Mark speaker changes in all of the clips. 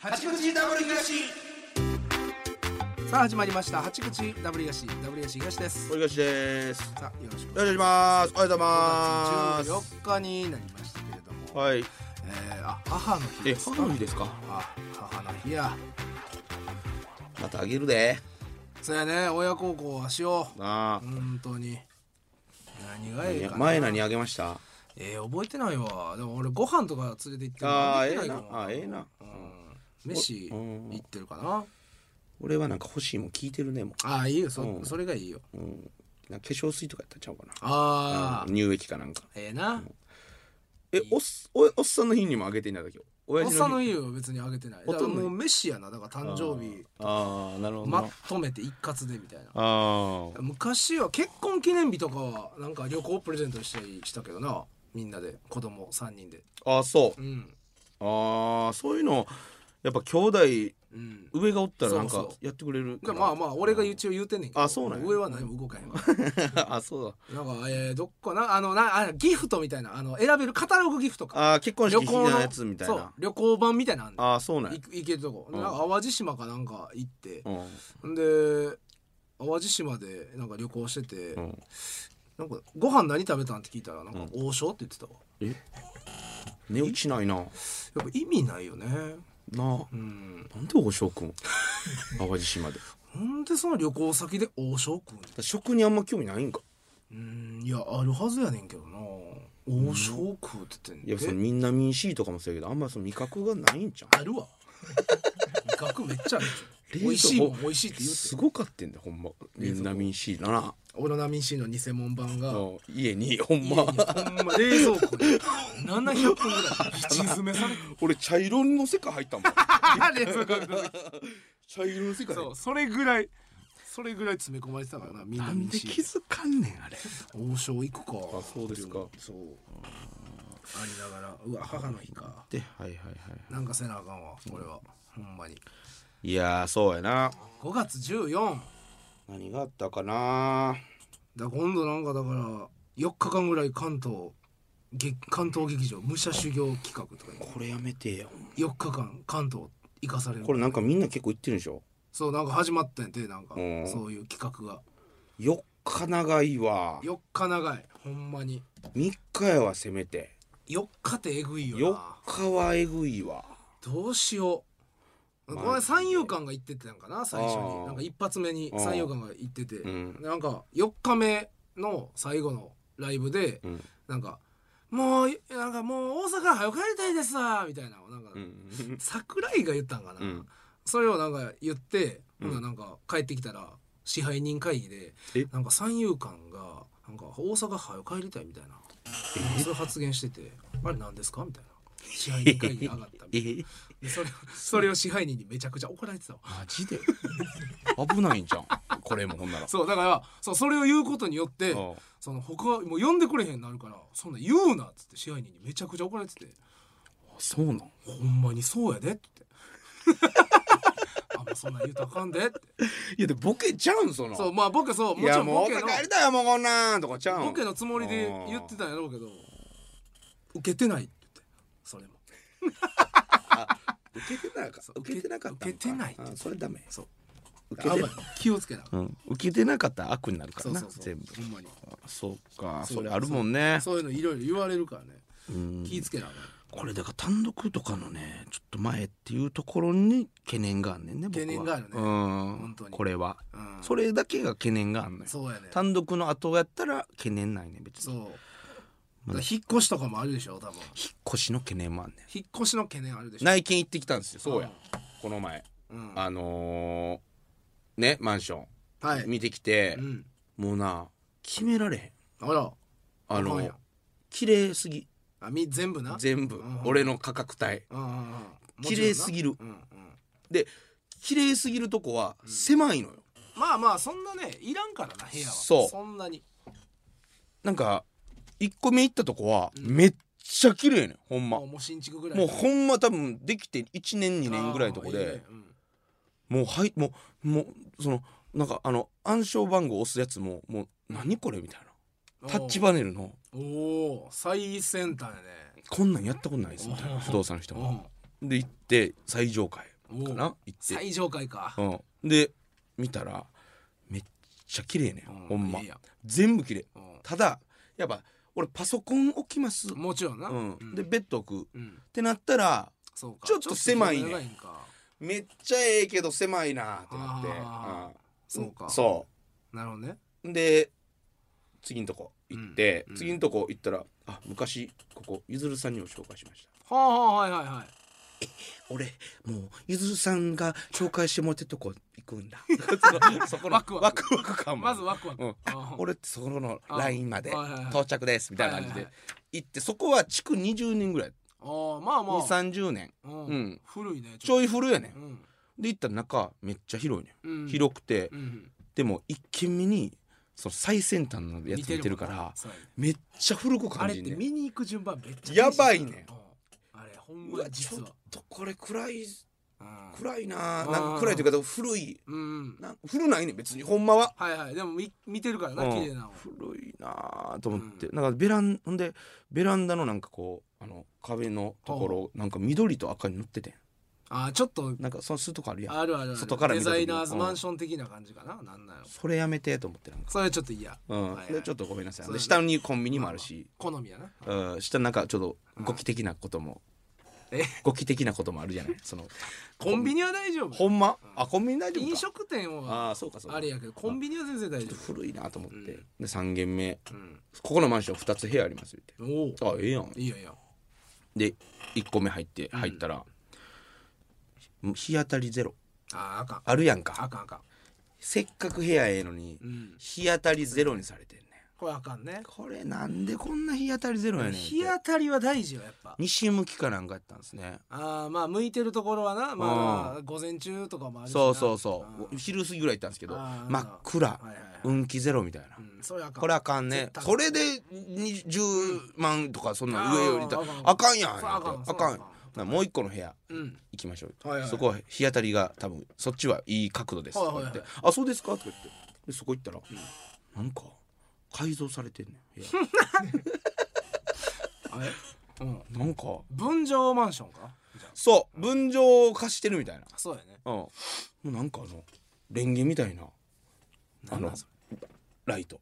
Speaker 1: 八口ダブル東さあ始まりました八口ダブル東ダブル東東です
Speaker 2: 森口です。
Speaker 1: さあよろしくお
Speaker 2: お
Speaker 1: 願いし
Speaker 2: 願いします。おはようござ
Speaker 1: ま
Speaker 2: い
Speaker 1: す
Speaker 2: ま
Speaker 1: 14日になりましたけれど
Speaker 2: す。
Speaker 1: も、
Speaker 2: はい。
Speaker 1: えー、あ母の日
Speaker 2: え、
Speaker 1: ですか
Speaker 2: 母の日ですか。
Speaker 1: あ母の日や
Speaker 2: またあげるで。
Speaker 1: そやね親孝行はしよう
Speaker 2: な
Speaker 1: 本当に何が
Speaker 2: あ。
Speaker 1: ええ
Speaker 2: い
Speaker 1: か
Speaker 2: や
Speaker 1: な
Speaker 2: 前何あげました。
Speaker 1: えー、覚えてないわでも俺ご飯とか連れて行ってる
Speaker 2: ああ、ええ
Speaker 1: 覚て
Speaker 2: な
Speaker 1: ない。かも
Speaker 2: あ、ええな。
Speaker 1: うん、飯
Speaker 2: うん
Speaker 1: 行ってるかな
Speaker 2: 俺はなんか欲しいもん聞いてるねも
Speaker 1: ああいいよそ,、
Speaker 2: うん
Speaker 1: それがいいよ
Speaker 2: う。うん。なんか化粧水とかやったんちゃうかな。
Speaker 1: ああ、
Speaker 2: うん乳液かなんか。
Speaker 1: ええな、
Speaker 2: え、おっす、お、おっさんの日にもあげていただきよ。親
Speaker 1: おっ
Speaker 2: 父
Speaker 1: さん
Speaker 2: の
Speaker 1: の
Speaker 2: 日。
Speaker 1: 家は別にあげてない
Speaker 2: お
Speaker 1: だ
Speaker 2: とん
Speaker 1: から
Speaker 2: の家
Speaker 1: もう飯やなだから誕生日
Speaker 2: ああ、なるほどな。
Speaker 1: まとめて一括でみたいな
Speaker 2: ああ。
Speaker 1: 昔は結婚記念日とかはなんか旅行をプレゼントしたりしたけどなみんなで子供三人で
Speaker 2: ああ、そう
Speaker 1: う。ん
Speaker 2: ああ、そういうの。やっぱ兄弟
Speaker 1: うん
Speaker 2: 上がおったらなん
Speaker 1: そう
Speaker 2: か
Speaker 1: そう
Speaker 2: やってくれる
Speaker 1: でまあまあ俺が一応言うてんねんけど
Speaker 2: あそうなんや
Speaker 1: 上は何も動かへんわ
Speaker 2: ああそう
Speaker 1: な
Speaker 2: だ
Speaker 1: んかえーどっかなあのなあギフトみたいなあの選べるカタログギフトか
Speaker 2: あー結婚
Speaker 1: 旅
Speaker 2: 式
Speaker 1: 行
Speaker 2: の
Speaker 1: の
Speaker 2: やつみたい
Speaker 1: そう
Speaker 2: な
Speaker 1: 旅行版みたいなのあんねん
Speaker 2: ああそうなんや
Speaker 1: 行く行けるとこ、
Speaker 2: ん
Speaker 1: なんか淡路島かなんか行って
Speaker 2: う、ん
Speaker 1: ん、で淡路島でなんか旅行してて、
Speaker 2: うん
Speaker 1: なんかご飯何食べたんって聞いたらなんか王将って言ってたわ、
Speaker 2: え寝落ちないな
Speaker 1: やっぱ意味ないよね
Speaker 2: なあ
Speaker 1: うん
Speaker 2: なんで王将くん淡路島で
Speaker 1: なんでその旅行先で王将食う
Speaker 2: 食にあんま興味ないんか
Speaker 1: んうんいやあるはずやねんけどな王将食うって言ってん
Speaker 2: いやその
Speaker 1: で
Speaker 2: みんな民主とかもそうやけどあんまその味覚がないんじゃ
Speaker 1: あるわ味覚めっちゃあるでしょ美味しいもん美味しいって
Speaker 2: ん
Speaker 1: 言う
Speaker 2: す
Speaker 1: て
Speaker 2: ごかってんだよほんまみんな民主だな
Speaker 1: オロナミン C の偽物版が
Speaker 2: うん家にほん
Speaker 1: いやい
Speaker 2: ま
Speaker 1: やほんま冷蔵庫に700分ぐらい一詰めされて
Speaker 2: 俺茶色の世界入ったもん
Speaker 1: 冷蔵庫
Speaker 2: 茶色の世界
Speaker 1: そうそれぐらいそれぐらい詰め込まれてたからなみん
Speaker 2: な
Speaker 1: なんに
Speaker 2: で気づかんねんあれ
Speaker 1: 王将行くか
Speaker 2: あそうですか
Speaker 1: そうありながらうわ母の日か
Speaker 2: ではいはいはい
Speaker 1: なんかせなあかんわ俺はほんまに
Speaker 2: いやーそうやな
Speaker 1: 5月14
Speaker 2: 何があったかな
Speaker 1: だ今度なんかだから4日間ぐらい関東劇関東劇場武者修行企画とかに
Speaker 2: これやめてよ
Speaker 1: 4日間関東行かされる
Speaker 2: これなんかみんな結構言ってるんでしょ
Speaker 1: そうなんか始まったんやてなんか
Speaker 2: うん
Speaker 1: そういう企画が
Speaker 2: 4日長いわ
Speaker 1: 4日長いほんまに
Speaker 2: 3日やわせめて
Speaker 1: 4日ってえぐいよ
Speaker 2: 4
Speaker 1: な
Speaker 2: 日はえぐいわ
Speaker 1: どうしよう
Speaker 2: マジで
Speaker 1: これ三遊間が行っててなんかな最初
Speaker 2: あ
Speaker 1: に
Speaker 2: ー
Speaker 1: なんか一発目に
Speaker 2: うん
Speaker 1: 三遊間が行ってて、
Speaker 2: うん
Speaker 1: なんか4日目の最後のライブで、
Speaker 2: うん
Speaker 1: なんか「もうなんかもう大阪早く帰りたいですわ」みたいなのをなんか、
Speaker 2: うん
Speaker 1: 桜井が言ったんかな、
Speaker 2: うん
Speaker 1: それをなんか言って、
Speaker 2: うん
Speaker 1: ほななんか帰ってきたら支配人会議で
Speaker 2: え
Speaker 1: なんか三遊間がなんか大阪早く帰りたいみたいなそういう発言してて「あれ何ですか?」みたいな支配人会議に上がったみたいな。
Speaker 2: え
Speaker 1: で それをそれを支配人にめちゃくちゃ怒られてたわ
Speaker 2: マジで危ないんじゃんこれもほんなら
Speaker 1: そうだからそうそれを言うことによって
Speaker 2: うん
Speaker 1: その他もう呼んでくれへんなるからそんなん言うなっつって支配人にめちゃくちゃ怒られてて
Speaker 2: そうなん
Speaker 1: 「ほんまにそうやで」って言って「あんまそんなん言うたらあかんで」って
Speaker 2: いやでボケちゃうんその
Speaker 1: そうまあ僕そうも
Speaker 2: い
Speaker 1: ち
Speaker 2: や
Speaker 1: ろん
Speaker 2: もう
Speaker 1: ボ
Speaker 2: 大
Speaker 1: ケの
Speaker 2: 阪帰りたいよもうこんなんとかちゃうん
Speaker 1: ボケのつもりで言ってたんやろうけど受けてないって言ってそれも
Speaker 2: 受けてなかった
Speaker 1: そう
Speaker 2: 受けてなかった
Speaker 1: 受けてないって
Speaker 2: あそれダメ
Speaker 1: そう
Speaker 2: 受け
Speaker 1: あ
Speaker 2: て
Speaker 1: んま気をつけな
Speaker 2: うん受けてなかったら悪になるか
Speaker 1: そ
Speaker 2: ら
Speaker 1: う
Speaker 2: な
Speaker 1: そうそう
Speaker 2: 全部
Speaker 1: ほんまに
Speaker 2: そうか
Speaker 1: そう
Speaker 2: それあるもんね
Speaker 1: そういうのいろいろ言われるからね
Speaker 2: うん
Speaker 1: 気ぃつけなあかん
Speaker 2: これだから単独とかのねちょっと前っていうところに懸念があんねんね僕
Speaker 1: 懸
Speaker 2: は
Speaker 1: 念があるね
Speaker 2: うん
Speaker 1: 本当に
Speaker 2: これは、
Speaker 1: うん
Speaker 2: それだけが懸念があんのよ
Speaker 1: そうやね
Speaker 2: 単独の後やったら懸念ないね別
Speaker 1: そ
Speaker 2: に
Speaker 1: う
Speaker 2: ま。だ
Speaker 1: だから引っ越しとかもあるでしょ多分。
Speaker 2: 引っ越しの懸念もあんね
Speaker 1: 引っ越しの懸念あるでし
Speaker 2: ん
Speaker 1: ょ。
Speaker 2: 内見行ってきたんですよそうやこの前
Speaker 1: うん。うん。
Speaker 2: あのーねマンション
Speaker 1: はい。
Speaker 2: 見てきて
Speaker 1: う、ん。
Speaker 2: もうな決められへん
Speaker 1: あら。
Speaker 2: あ
Speaker 1: あか
Speaker 2: の
Speaker 1: んやん
Speaker 2: 綺麗すぎ
Speaker 1: あみ全部な。
Speaker 2: 全部
Speaker 1: うん
Speaker 2: 俺の価格帯
Speaker 1: うんうんうん。
Speaker 2: 綺麗すぎる
Speaker 1: もちろんなうんうん。
Speaker 2: 綺麗すぎるとこは狭いのよ、
Speaker 1: まあまあそんなねいらんからな部屋は。
Speaker 2: そう
Speaker 1: そんなに。
Speaker 2: なんか1個目行ったとこは
Speaker 1: うん
Speaker 2: めっちゃ綺麗ねんほんま
Speaker 1: もうもう新築ぐらい。
Speaker 2: もうほんま多分できて1年2年ぐらいのとこ
Speaker 1: あーいい
Speaker 2: で
Speaker 1: ねうん
Speaker 2: もうはいもうもうそのなんかあの暗証番号押すやつももう何これみたいなタッチパネルの
Speaker 1: おお最先端やね。
Speaker 2: こんなんやったことないですみたいな不動産の人
Speaker 1: う
Speaker 2: もで行って最上階かな行って、
Speaker 1: 最上階か、
Speaker 2: うん、で見たらめっちゃ綺麗ね、
Speaker 1: うん
Speaker 2: ん、ほんま
Speaker 1: いいや
Speaker 2: 全部綺麗
Speaker 1: う
Speaker 2: ただやっぱ俺パソコン置きます
Speaker 1: ん、、もちろんな、
Speaker 2: うん、でベッド置くっ
Speaker 1: うん、
Speaker 2: てなったら
Speaker 1: そうか
Speaker 2: ちょっと狭い
Speaker 1: ち
Speaker 2: ね
Speaker 1: ょっと広いんか
Speaker 2: めっちゃええけど狭いなってなって
Speaker 1: あ
Speaker 2: ん
Speaker 1: そうか
Speaker 2: そ
Speaker 1: なるほどね
Speaker 2: うで次のとこ行って、
Speaker 1: うんうん
Speaker 2: 次のとこ行ったらあ昔ここゆずるさんにも紹介しました
Speaker 1: はあはあはいはいはい
Speaker 2: 俺もうゆずるさんが紹介してもらってるとこ行くんだ そこの
Speaker 1: ワクワク
Speaker 2: ワク感も
Speaker 1: ま
Speaker 2: ある
Speaker 1: ずワクワク、
Speaker 2: うん
Speaker 1: あ
Speaker 2: 俺ってそこのラインまで
Speaker 1: はいはいはい
Speaker 2: 到着ですみたいな感じ
Speaker 1: はい
Speaker 2: で
Speaker 1: はい
Speaker 2: 行ってそこは築20年ぐらい
Speaker 1: あーまあまあ
Speaker 2: 2 3 0年
Speaker 1: うん
Speaker 2: うん
Speaker 1: 古いね
Speaker 2: ちょ
Speaker 1: い
Speaker 2: い古やねん
Speaker 1: うん
Speaker 2: で行ったら中めっちゃ広いね
Speaker 1: うんん、
Speaker 2: 広くて
Speaker 1: うん、
Speaker 2: でも一見見にその最先端のやつ見てるから
Speaker 1: そうやね
Speaker 2: めっちゃ古く
Speaker 1: あ
Speaker 2: 感
Speaker 1: れっ
Speaker 2: じん
Speaker 1: て
Speaker 2: ねん
Speaker 1: 見に行く順番めっちゃ
Speaker 2: やばいね
Speaker 1: うんあれほん
Speaker 2: う
Speaker 1: ま
Speaker 2: わ
Speaker 1: に
Speaker 2: ちょ
Speaker 1: 実
Speaker 2: っ
Speaker 1: は
Speaker 2: とこれ暗い
Speaker 1: うん
Speaker 2: 暗いな
Speaker 1: うん
Speaker 2: なんか暗いというか古い
Speaker 1: うん
Speaker 2: なん古ないねん別にほんまは
Speaker 1: はいはいでもみ見てるからな
Speaker 2: うん
Speaker 1: 綺麗なの
Speaker 2: 古いなあと思って、
Speaker 1: う
Speaker 2: なんかベランほんでベランダのなんかこうあの壁のところなんか緑と赤に塗っててん
Speaker 1: あーちょっと
Speaker 2: なんかそうするとこあるやん
Speaker 1: あるあるある
Speaker 2: 外から見
Speaker 1: デ
Speaker 2: た時
Speaker 1: ザイナーズ
Speaker 2: うん
Speaker 1: マンション的な感じかななんなの
Speaker 2: それやめてと思ってなんか、
Speaker 1: それちょっと嫌
Speaker 2: うん
Speaker 1: はいはい
Speaker 2: でちょっとごめんなさい
Speaker 1: そう
Speaker 2: で
Speaker 1: だね
Speaker 2: 下にコンビニもあるし、
Speaker 1: 好みやな
Speaker 2: うん、下なんかちょっと語気的なことも、
Speaker 1: え
Speaker 2: 語気的なこともある じゃないその
Speaker 1: コンビニは大丈夫
Speaker 2: ほんまあコンビニ大丈夫か
Speaker 1: 飲食店
Speaker 2: あ
Speaker 1: は
Speaker 2: あそうかそうか
Speaker 1: あれやけどコンビニは全然大
Speaker 2: ちょ
Speaker 1: 丈
Speaker 2: っと古いなと思って、
Speaker 1: うん
Speaker 2: で3軒目
Speaker 1: 夫うん
Speaker 2: ここのマンション2つ部屋ありますって
Speaker 1: おお
Speaker 2: あええやん
Speaker 1: いいよいいよ
Speaker 2: で1個目入って
Speaker 1: ん
Speaker 2: 入ったら、日当たりゼロ
Speaker 1: あーあかん
Speaker 2: あるやんか
Speaker 1: あかんあかん
Speaker 2: せっかく部屋ええのに、
Speaker 1: うん
Speaker 2: 日当たりゼロにされてんねん
Speaker 1: これあかんね
Speaker 2: これなんでこんな日当たりゼロやねんって
Speaker 1: 日当たりは大事よやっぱ
Speaker 2: 西向きかなんかやったんですね
Speaker 1: あーまあ向いてるところはなまあ午前中とかもあるしな
Speaker 2: そうそうそ
Speaker 1: ん
Speaker 2: う昼過ぎぐらい行ったんですけど
Speaker 1: あー
Speaker 2: 真っ暗
Speaker 1: はいはいはい
Speaker 2: 運気ゼロみたいな、
Speaker 1: うんそれあかん
Speaker 2: これあかんね
Speaker 1: 絶対
Speaker 2: それでに10万とかそんな上よりた
Speaker 1: あー
Speaker 2: あかんやん
Speaker 1: そうあかん
Speaker 2: あかん
Speaker 1: そう
Speaker 2: なもう一個の部屋
Speaker 1: うん
Speaker 2: 行きましょう
Speaker 1: はいはい
Speaker 2: そこは日当たりが多分そっちはいい角度ですと
Speaker 1: はいは
Speaker 2: か
Speaker 1: い
Speaker 2: 言
Speaker 1: は
Speaker 2: っ
Speaker 1: い
Speaker 2: て「あそうですか」とか言ってでそこ行ったらなんか改造されてんねん部 屋
Speaker 1: あ れうん
Speaker 2: なんか
Speaker 1: 分譲マンションかじゃ
Speaker 2: そう分譲を貸してるみたいな
Speaker 1: あそうやね
Speaker 2: うんもうなんかあのレンゲみたいなあ
Speaker 1: なん
Speaker 2: の
Speaker 1: なんそれ
Speaker 2: ライト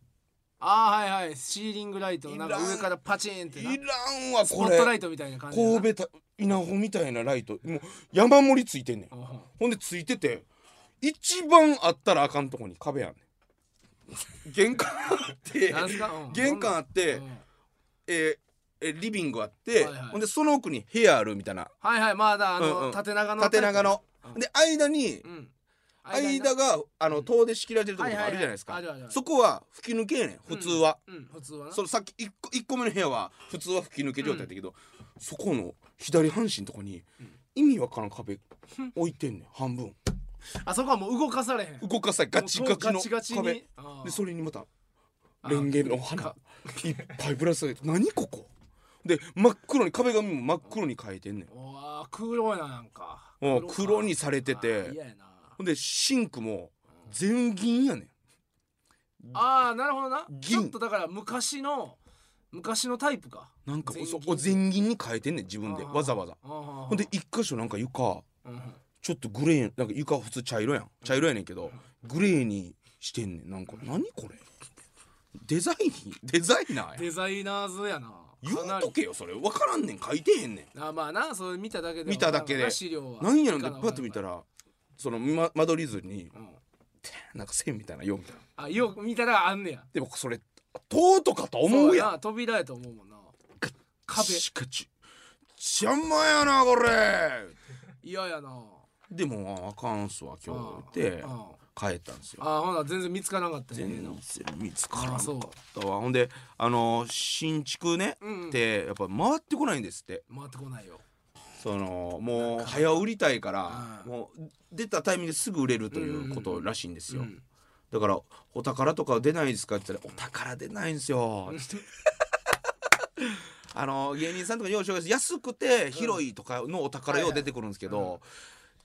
Speaker 1: あーはいはいシーリングライトなんか上からパチンって
Speaker 2: い
Speaker 1: な
Speaker 2: らんわ
Speaker 1: ス
Speaker 2: こ
Speaker 1: ポットラ
Speaker 2: れ
Speaker 1: イトみたいな感じやな
Speaker 2: 神戸た稲穂みたいなライトもう山盛りついてんねん
Speaker 1: うん
Speaker 2: ほんでついてて一番あったらあかんとこに壁やんねん玄関あっ て
Speaker 1: なんすかうん
Speaker 2: 玄関あって、
Speaker 1: うん
Speaker 2: えーえーリビングあって、
Speaker 1: はいはい
Speaker 2: ほんでその奥に部屋あるみたいな
Speaker 1: はいはいまだあ
Speaker 2: うんう
Speaker 1: の
Speaker 2: ん
Speaker 1: 縦長の
Speaker 2: 縦長の
Speaker 1: うん
Speaker 2: で間に
Speaker 1: うん
Speaker 2: 間があの遠出仕切られてるところがあるじゃないです
Speaker 1: は
Speaker 2: か
Speaker 1: いはいはいあるあるある
Speaker 2: そこは吹き抜けやねん普通は、
Speaker 1: うん普通はな
Speaker 2: そのさっき 1, 個一個目の部屋は普通は吹き抜け状態だったけど、そこの左半身のとこに意味わからん壁置いてんねん半分
Speaker 1: あそこはもう動かされへん
Speaker 2: 動かさないガチガチ
Speaker 1: もうガチ
Speaker 2: の
Speaker 1: ガチ
Speaker 2: 壁
Speaker 1: にあー
Speaker 2: でそれにまた
Speaker 1: あ
Speaker 2: レンゲの花いっぱいぶら下げて何ここで真っ黒に壁紙も真っ黒に変えてんねん
Speaker 1: うわー黒なんか
Speaker 2: うん
Speaker 1: か
Speaker 2: 黒にされて
Speaker 1: あー
Speaker 2: て
Speaker 1: 嫌やな
Speaker 2: ほんでシンクも全銀やねん
Speaker 1: あーなるほどな
Speaker 2: 銀
Speaker 1: ちょっとだから昔の昔のタイプか
Speaker 2: なんか
Speaker 1: 全銀
Speaker 2: そこ全銀に変えてんねん自分で
Speaker 1: あー
Speaker 2: わざわざ
Speaker 1: ほ
Speaker 2: ほんで一箇所なんか床
Speaker 1: うん
Speaker 2: ちょっとグレーなんか床普通茶色やん茶色やねんけどグレーにしてんねんなんか何これデザインデザイナーやん
Speaker 1: デザイナーズやな
Speaker 2: 言
Speaker 1: か
Speaker 2: う
Speaker 1: なり
Speaker 2: とけよそれ分からんねん書いてへんねん
Speaker 1: あまあなそれ見ただけで
Speaker 2: 見ただけで
Speaker 1: わかるな資料は
Speaker 2: なんやろで
Speaker 1: いい
Speaker 2: パ
Speaker 1: か
Speaker 2: ッと見たらそのま間取り図に
Speaker 1: うん
Speaker 2: なんか線みたいなよみたいな
Speaker 1: あよく見たらあんねや
Speaker 2: でもそれ塔とかと思うやん
Speaker 1: そな扉やと思うもんな壁
Speaker 2: しかち邪魔やなこれ
Speaker 1: 嫌やな
Speaker 2: でもああかんすわ今
Speaker 1: う
Speaker 2: 日
Speaker 1: ん
Speaker 2: で
Speaker 1: うん
Speaker 2: 帰ったんですよ
Speaker 1: あほな全然見つからなかったんや
Speaker 2: 全然見つから
Speaker 1: あ
Speaker 2: んか
Speaker 1: そう
Speaker 2: ったわほんであの新築ね
Speaker 1: うんうん
Speaker 2: ってやっぱ回ってこないんですって
Speaker 1: 回ってこないよ
Speaker 2: そのもう早売りたいから
Speaker 1: うん
Speaker 2: もう出たタイミングですぐ売れると
Speaker 1: うんうん
Speaker 2: いううんことらしいんですよ
Speaker 1: うん
Speaker 2: だから「お宝とか出ないですか?」って言ったら「お宝出ないんで すよ」あの芸人さんとかよう紹介する安くて広いとかのお宝よう出てくるんですけど、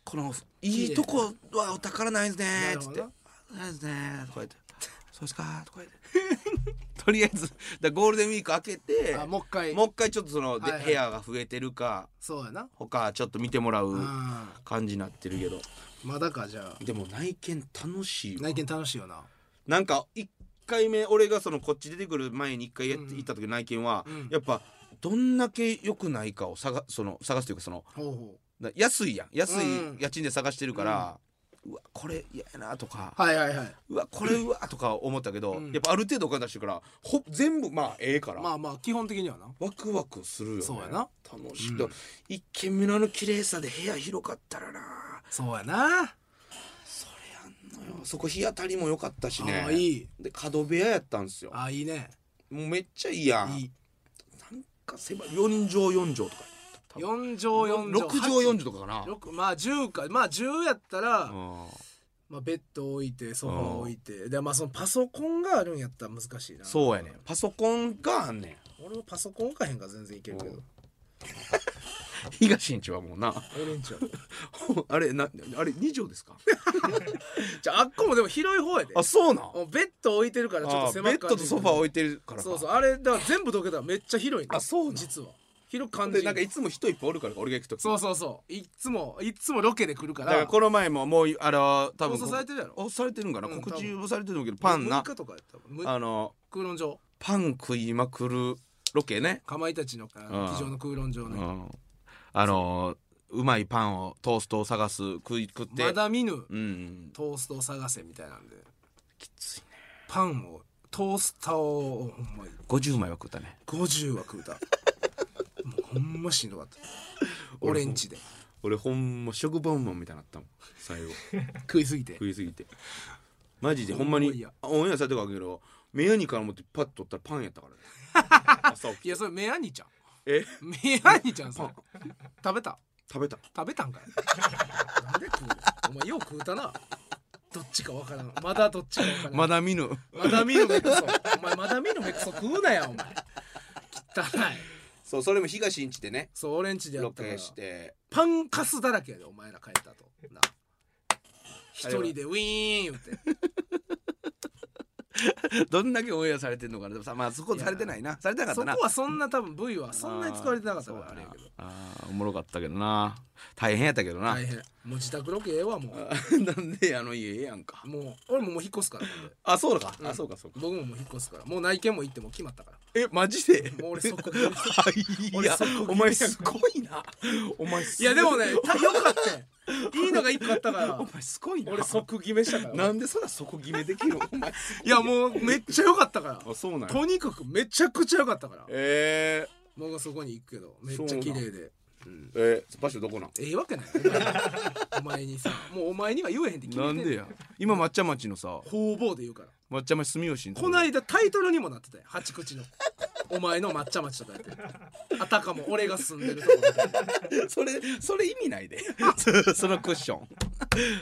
Speaker 2: このいいとこはお宝ないですね
Speaker 1: なる
Speaker 2: つっ
Speaker 1: ほ
Speaker 2: て
Speaker 1: ど
Speaker 2: 「ないですね」とか言って「そうですか」とか言って とりあえずだゴールデンウィーク明けて
Speaker 1: あもう一回
Speaker 2: もう一回ちょっとその、で
Speaker 1: はいはい
Speaker 2: 部屋が増えてるか
Speaker 1: そうやな
Speaker 2: 他ちょっと見てもらう
Speaker 1: うん
Speaker 2: 感じになってるけど
Speaker 1: まだかじゃあ
Speaker 2: でも内見楽しいわ
Speaker 1: 内見楽しいよな
Speaker 2: なんか1回目俺がそのこっち出てくる前に1回やっ
Speaker 1: うん
Speaker 2: 行った時の内見は、
Speaker 1: うん
Speaker 2: やっぱどんだけ良くないかを探その探すというかその
Speaker 1: ほうほ
Speaker 2: な安いやん安い
Speaker 1: うん
Speaker 2: 家賃で探してるから、うわこれ嫌やなとか、
Speaker 1: うはいはいはいう
Speaker 2: わこれうわとか思ったけど、
Speaker 1: うん
Speaker 2: やっぱある程度お金出してるからほ全部まあええから、
Speaker 1: まあまあ基本的にはな
Speaker 2: ワクワクするよね
Speaker 1: そうやな
Speaker 2: 楽しい、
Speaker 1: うん
Speaker 2: 一軒目のあの綺麗さで部屋広かったらな
Speaker 1: そうやな
Speaker 2: それやんのよそこ日当たりも良かったしね
Speaker 1: あいい
Speaker 2: で角部屋やったんすよ
Speaker 1: あいいね
Speaker 2: もうめっちゃいいやん
Speaker 1: いい
Speaker 2: なんか狭い4畳4畳とか多分
Speaker 1: 4畳4畳
Speaker 2: 6畳4畳とかかな
Speaker 1: 六まあ10かまあ10やったら、
Speaker 2: うん
Speaker 1: まあ、ベッド置いてソファー置いてでまあそのパソコンがあるんやったら難しいな
Speaker 2: そうやねパソコンがあんねん
Speaker 1: 俺もパソコン置かへんから全然いけるけど
Speaker 2: うん東んちはもうな
Speaker 1: 俺んちは
Speaker 2: あれなあれ2畳ですか
Speaker 1: じゃああっこもでも広い方やで
Speaker 2: あそうなん
Speaker 1: うんベッド置いてるからちょっ
Speaker 2: あ
Speaker 1: と
Speaker 2: ベ
Speaker 1: 狭く
Speaker 2: ッドとソファー置
Speaker 1: い
Speaker 2: いてるからか
Speaker 1: そうそうあれだから全部どけたらめっちゃ広いね
Speaker 2: あそうなん
Speaker 1: 実は広く感
Speaker 2: で
Speaker 1: じ
Speaker 2: なんかいつも人いっぱいおるから俺が行く時
Speaker 1: そうそうそういっつもいっつもロケで来るか
Speaker 2: だ
Speaker 1: ら
Speaker 2: からこの前ももうあの多分
Speaker 1: 放送されてるやろ
Speaker 2: おされてるんかな、
Speaker 1: うん
Speaker 2: 告知もされてるんだけどパンな
Speaker 1: 6日とかやったもんむ
Speaker 2: あの
Speaker 1: 空論上
Speaker 2: パン食いまくるロケね、
Speaker 1: かまいたちのあの
Speaker 2: うん
Speaker 1: 机上の空論上
Speaker 2: う
Speaker 1: の
Speaker 2: ん、あのうまいパンをトーストを探す食い食って
Speaker 1: まだ見ぬ
Speaker 2: うん
Speaker 1: トーストを探せみたいなんで
Speaker 2: きついね
Speaker 1: パンをトースターをほんまに
Speaker 2: 50枚は食ったね
Speaker 1: 50は食う たもうほんましんどかった俺んちで
Speaker 2: 俺ほんま食パンマンみたいになったもん最後
Speaker 1: 食いすぎて
Speaker 2: 食いすぎて マジでほんま
Speaker 1: ほんま
Speaker 2: に
Speaker 1: や
Speaker 2: あオンエアされてるわけど目やにから持ってパッと取ったらパン やったからね朝起きて
Speaker 1: いやそれメアニちゃん
Speaker 2: え
Speaker 1: メアニちゃんそれ食べた
Speaker 2: 食べた
Speaker 1: 食べたんかいなんで食うお前よう食うたなどっちかわからんまだどっちかわからん
Speaker 2: まだ見ぬ
Speaker 1: まだ見る目くそお前まだ見る目くそ食うなやお前汚い
Speaker 2: そうそれも東んちでね
Speaker 1: そう俺んちでや
Speaker 2: ロ
Speaker 1: ったから
Speaker 2: ケして
Speaker 1: パンカスだらけやでお前ら帰ったとな一人でウィーン言って
Speaker 2: どんだけオンエアされてんのかなでもさまあそこされてないなされてなかっ
Speaker 1: そ
Speaker 2: たな
Speaker 1: こはそんな多分部位はそんなに使われてなかったか
Speaker 2: あ
Speaker 1: ら
Speaker 2: ー
Speaker 1: あれやけど
Speaker 2: そうやなあーおもろかったけどな大変やったけどな、
Speaker 1: 大変もう自宅ロケええわもう
Speaker 2: あー なんであの家ええやんか
Speaker 1: もう俺ももう引っ越すからほんで
Speaker 2: あそうだか、
Speaker 1: うん
Speaker 2: あそうかそうか
Speaker 1: 僕ももう引っ越すからもう内見も行ってもう決まったから
Speaker 2: えマジで
Speaker 1: もう俺即
Speaker 2: は い
Speaker 1: 俺
Speaker 2: や
Speaker 1: 即切り
Speaker 2: お前すごいなお前す
Speaker 1: いやでもねたよかったよいいのが一個あったから
Speaker 2: お前すごいな
Speaker 1: 俺即決めしたから
Speaker 2: なんでそらそこ決め できるお前すご
Speaker 1: いやもうめっちゃ良かったから
Speaker 2: あそうなんや
Speaker 1: とにかくめちゃくちゃ良かったから
Speaker 2: え
Speaker 1: 僕はそこに行くけどめっちゃ綺麗で
Speaker 2: ー、えー、場所どこなん
Speaker 1: ええわけないお前 にさもうお前には言えへんって決め
Speaker 2: な
Speaker 1: て
Speaker 2: ん
Speaker 1: ん
Speaker 2: でや今抹茶町のさ
Speaker 1: 方々で言うから
Speaker 2: 抹茶町住吉のと
Speaker 1: こ
Speaker 2: ろ
Speaker 1: ないだタイトルにもなってたよ八口のお前の抹茶町とかやってあたかも俺が住んでるとこみたい
Speaker 2: それそれ意 味ないでそそのクッション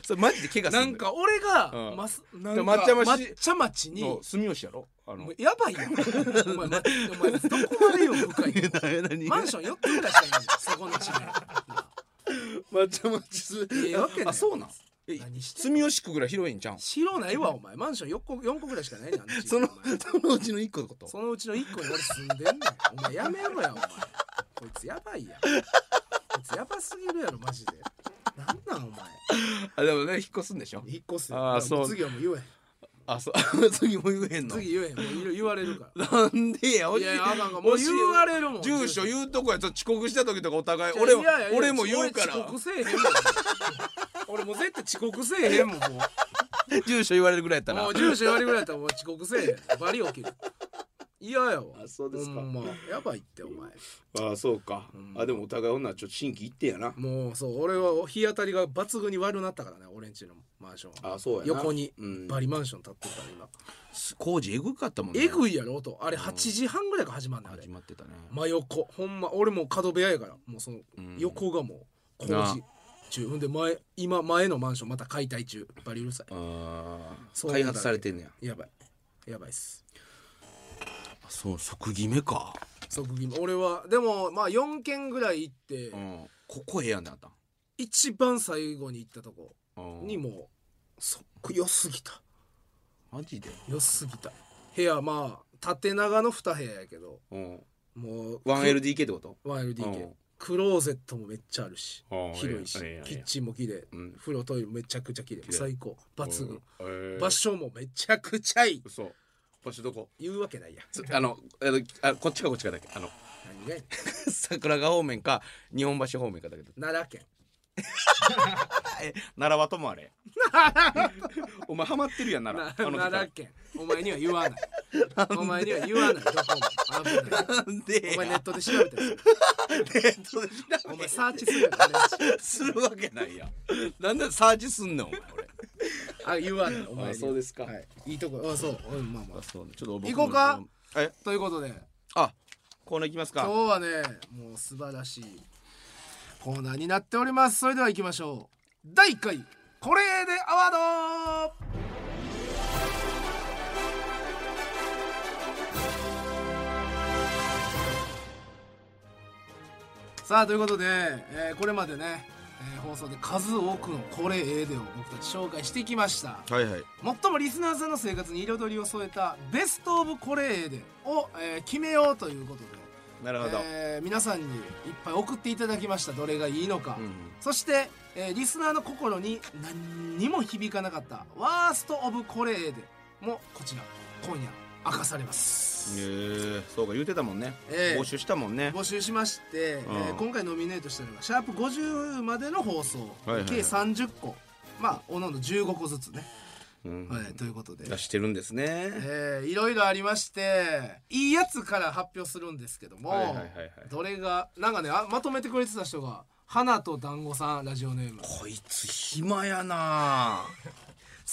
Speaker 2: それマジで怪我す
Speaker 1: な
Speaker 2: る
Speaker 1: なんか俺が、
Speaker 2: うん
Speaker 1: ますなんか
Speaker 2: 抹茶町
Speaker 1: 抹茶町に
Speaker 2: そう住吉やろあの
Speaker 1: もうやばい やんお前まお前どこまでよ深い の
Speaker 2: 何
Speaker 1: マンション4つぐらいしかないんだよそこの地名
Speaker 2: 抹茶町す
Speaker 1: ええわけない
Speaker 2: あそうなんえ
Speaker 1: 何して
Speaker 2: 住吉区ぐらい広いんじゃん
Speaker 1: 白ないわお前マンション4個4個ぐらいしかないねんあの地
Speaker 2: その
Speaker 1: お前
Speaker 2: そのうちの一個のこと
Speaker 1: そのうちの1個に俺住んでんねんお前やめろやお前こいつやばいやんこいつやばすぎるやろマジでなんなんお前
Speaker 2: あでもね引っ越すんでしょ
Speaker 1: 引っ越すよ
Speaker 2: あーそう
Speaker 1: も次はもう言えへん
Speaker 2: あそう 次も言えへんの
Speaker 1: 次言えへんもういろ言われるか
Speaker 2: なんでや
Speaker 1: ら
Speaker 2: お
Speaker 1: い
Speaker 2: じ
Speaker 1: やいやあかんあかんもう言われるもん
Speaker 2: 住所言うとこやちょっと遅刻した時とか お互い
Speaker 1: いや
Speaker 2: 俺も
Speaker 1: いやいや
Speaker 2: 俺も言うから
Speaker 1: 俺遅刻せえへんもん俺もう絶対遅刻せえへんもんも
Speaker 2: 住所言われるぐらいやった
Speaker 1: う
Speaker 2: ら
Speaker 1: もう住所言われるぐらいやったらもう遅刻せえへんバリ起きる嫌やわ
Speaker 2: あそうですか
Speaker 1: ほんまやばいってお前
Speaker 2: ああそうか
Speaker 1: ん
Speaker 2: あでもお互い女はちょっと新規行ってやな
Speaker 1: もうそう俺は日当たりが抜群に悪なったからね俺んちのマンションは
Speaker 2: あそうやな
Speaker 1: 横に
Speaker 2: うん
Speaker 1: バリマンション建ってるから今
Speaker 2: 工事えぐかったもんね
Speaker 1: えぐいやろ音あれ8時半ぐらいから始まんねんあれ
Speaker 2: 始まってたね
Speaker 1: 真横ほんま俺もう角部屋やからもうその
Speaker 2: ん
Speaker 1: 横がもう工
Speaker 2: なあ
Speaker 1: 事中ほんで前今前のマンションまた解体中バリうるさい
Speaker 2: ああ
Speaker 1: そう
Speaker 2: 開発されてんねや
Speaker 1: やばいやばいっす
Speaker 2: そう即決めか
Speaker 1: 即決め俺はでもまあ4軒ぐらい行って、
Speaker 2: うんここええやんってなった
Speaker 1: 一番最後に行ったとこ
Speaker 2: うん
Speaker 1: にもうそっく良すぎた
Speaker 2: マジで
Speaker 1: 良すぎた部屋まあ縦長の2部屋やけど
Speaker 2: うん、
Speaker 1: もう
Speaker 2: 1LDK ってこと、う
Speaker 1: 1LDK
Speaker 2: ん
Speaker 1: クローゼットもめっちゃあるし
Speaker 2: ああ
Speaker 1: 広いし
Speaker 2: ええやんええやん
Speaker 1: キッチンも綺麗
Speaker 2: うん、
Speaker 1: 風呂トイレもめちゃくちゃ綺麗
Speaker 2: 麗
Speaker 1: 最高抜群
Speaker 2: 群
Speaker 1: 場所もめちゃくちゃいい
Speaker 2: そう場所どこ
Speaker 1: 言うわけないやん
Speaker 2: つあのあのあこっちかこっちかだけあの
Speaker 1: 何がやねん
Speaker 2: 桜川方面か日本橋方面かだけど
Speaker 1: 奈良県
Speaker 2: 奈良はともあ れお前ハマってるやん
Speaker 1: な
Speaker 2: 奈良あの期間
Speaker 1: 奈良県お前には言わないお前には言わないどこも危ない
Speaker 2: なんで
Speaker 1: お前ネットで調べてる
Speaker 2: えっと
Speaker 1: お前サーチするやろ俺んち
Speaker 2: するわけないやんなんでサーチすんねんお前俺
Speaker 1: あ言わないお前には
Speaker 2: あそうですか
Speaker 1: はいいいとこあそううんまあまあ
Speaker 2: そうちょっと僕も
Speaker 1: 行こうか
Speaker 2: え
Speaker 1: ということで
Speaker 2: あコーナー行きます
Speaker 1: 今日
Speaker 2: か
Speaker 1: はねもう素晴らしいコーナーになっておりますそれでは行きましょう第1回これでアワードさあということで、えーこれまでね、えー放送で数多くの「これええで」を僕たち紹介してきました
Speaker 2: はいはい
Speaker 1: 最もリスナーさんの生活に彩りを添えた「ベスト・オブ・コレーデ」を、えー決めようということで、
Speaker 2: なるほど、
Speaker 1: えー皆さんにいっぱい送っていただきましたどれがいいのか、
Speaker 2: うんうん
Speaker 1: そして、えーリスナーの心に何にも響かなかった「ワースト・オブ・コレーデ」もこちら今夜明かされます、
Speaker 2: えーそうか言うてたもんね、
Speaker 1: ええ
Speaker 2: 募集したもんね
Speaker 1: 募集しまして、
Speaker 2: ん
Speaker 1: えー今回ノミネートしたのが「シャープ #50」までの放送、
Speaker 2: はいはいはい
Speaker 1: 計30個まあおのおの15個ずつね、
Speaker 2: うん
Speaker 1: はい、ということで
Speaker 2: 出してるんですね、
Speaker 1: えーいろいろありましていいやつから発表するんですけども、
Speaker 2: はいはいはいはい
Speaker 1: どれがなんかねあまとめてくれてた人が「花と団子さんラジオネーム
Speaker 2: こいつ暇やな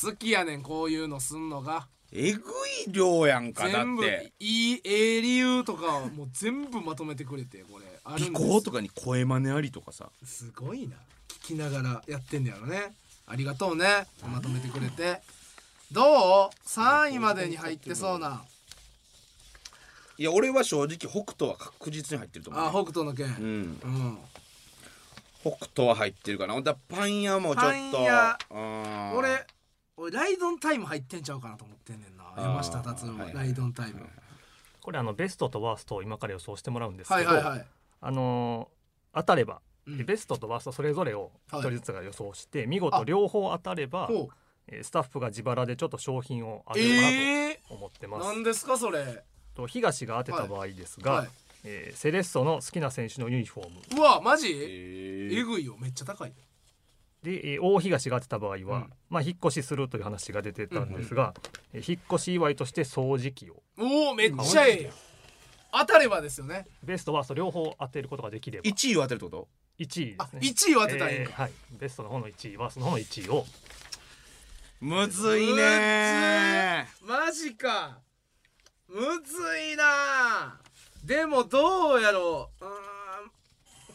Speaker 1: 好きやねんこういうのすんのが
Speaker 2: えぐい量やんかだっ
Speaker 1: 全部
Speaker 2: て
Speaker 1: いいええ理由とかをもう全部まとめてくれてこれある
Speaker 2: 尾
Speaker 1: んです
Speaker 2: 行とかに声真似ありとかさ
Speaker 1: すごいな聞きながらやってんだよねありがとうねまとめてくれてどう ?3 位までに入ってそうない
Speaker 2: や俺は正直北斗は確実に入ってると思う、
Speaker 1: あ北斗の
Speaker 2: う
Speaker 1: 拳
Speaker 2: ん、
Speaker 1: うん
Speaker 2: 北斗は入ってるかなほんだらパン屋もちょっと
Speaker 1: パン屋
Speaker 2: うん
Speaker 1: 俺俺ライドンタイム入ってんちゃうかなと思ってんねんな
Speaker 2: あー
Speaker 1: 山下達郎
Speaker 2: はいはい
Speaker 1: ライドンタイム
Speaker 3: これあのベストとワーストを今から予想してもらうんです
Speaker 1: は
Speaker 3: け
Speaker 1: い
Speaker 3: ど、
Speaker 1: はいはい
Speaker 3: あのー当たれば、
Speaker 1: うん
Speaker 3: でベストとワーストそれぞれを
Speaker 1: はい
Speaker 3: 一人ずつが予想して、見事両方当たれば、
Speaker 1: ほう
Speaker 3: えースタッフが自腹でちょっと商品をあげようかな
Speaker 1: ええ
Speaker 3: と思って
Speaker 1: ー、
Speaker 3: ます、
Speaker 1: なんですかそれ
Speaker 3: と東が当てた場合ですが、
Speaker 1: はい
Speaker 3: えーセレッソの好きな選手のユニフォーム
Speaker 1: うわマジ
Speaker 2: え
Speaker 1: えぐいよめっちゃ高い
Speaker 3: で、えー大東が当てた場合は、
Speaker 1: ん
Speaker 3: まあ、引っ越しするという話が出てたんですが、えー引っ越し祝いとして掃除機を
Speaker 1: おおめっちゃええやん当たればですよね
Speaker 3: ベストワースト両方当てることができれば
Speaker 2: 1位を当てるってこと
Speaker 3: 1位で
Speaker 1: あ
Speaker 3: すね
Speaker 1: 1位を当てたらいいん
Speaker 3: え
Speaker 1: か、
Speaker 3: ーはい、ベストの方の1位ワーストの方の1位を
Speaker 2: むずい
Speaker 1: むず
Speaker 2: ね
Speaker 1: マジかむずいなでもどうやろううーん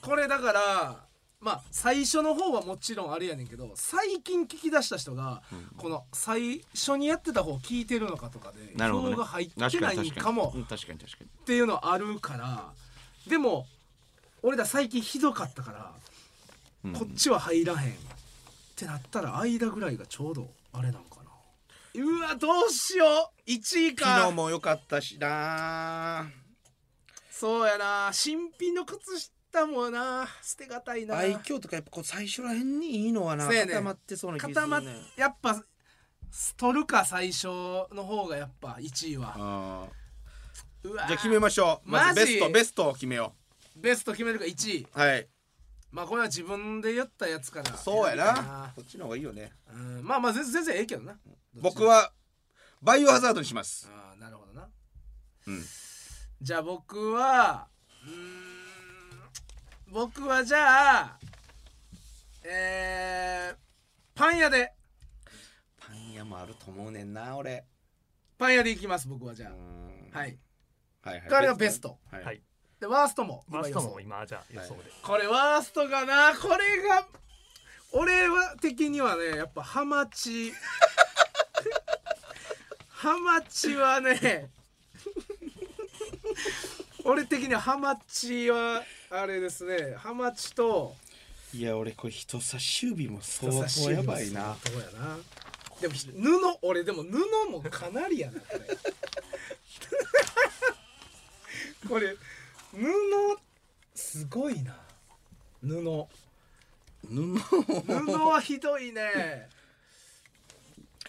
Speaker 1: これだからまあ最初の方はもちろんあれやねんけど最近聞き出した人がこの最初にやってた方聞いてるのかとかで
Speaker 2: なるほど、ね、
Speaker 1: 票が入ってないんかも
Speaker 2: うん確かに確かに
Speaker 1: っていうのあるからでも俺ら最近ひどかったから、
Speaker 2: うん
Speaker 1: こっちは入らへんってなったら間ぐらいがちょうどあれなんかなうわどうしよう1位
Speaker 2: 昨日
Speaker 1: か
Speaker 2: も良かったしな
Speaker 1: そうやな新品の靴下もな捨てがたいな
Speaker 2: 愛嬌とかやっぱこう最初らへんにいいのはな
Speaker 1: そうやね
Speaker 2: 固まってそうな気がす
Speaker 1: 固
Speaker 2: る
Speaker 1: まっ
Speaker 2: ね
Speaker 1: やっぱ取るか最初の方がやっぱ1位は
Speaker 2: あ
Speaker 1: うわ
Speaker 2: ーじゃあ決めましょうまず
Speaker 1: マ
Speaker 2: ベ
Speaker 1: ジ
Speaker 2: ストベストを決めよ
Speaker 1: ベスト決めるか1位
Speaker 2: うはい
Speaker 1: まあこれは自分で言ったやつから
Speaker 2: そうや
Speaker 1: 選ぶか
Speaker 2: なそっちの方がいいよね
Speaker 1: うんまあまあ全然全然ええけどな
Speaker 2: 僕はバイオハザードにします
Speaker 1: ああなるほどな
Speaker 2: うん
Speaker 1: じゃあ僕はうーん僕はじゃあえー、パン屋で
Speaker 2: パン屋もあると思うねんな俺
Speaker 1: パン屋でいきます僕はじ
Speaker 2: う
Speaker 1: ゃ
Speaker 2: ん
Speaker 1: あはい
Speaker 2: はいはい
Speaker 1: これがベスト
Speaker 2: は
Speaker 3: はいい
Speaker 1: でワーストも
Speaker 3: ワースト
Speaker 1: 今予想
Speaker 3: も今じゃあ予想で、
Speaker 1: これワーストがなこれが俺は的にはねやっぱハマチ ハマチはね俺的にはハマチはあれですねハマチと
Speaker 2: いや俺これ人差し指も相当やばいな
Speaker 1: そうやなでも布俺でも布もかなりやなこれ これ布すごいな布
Speaker 2: 布を
Speaker 1: 布はひどいね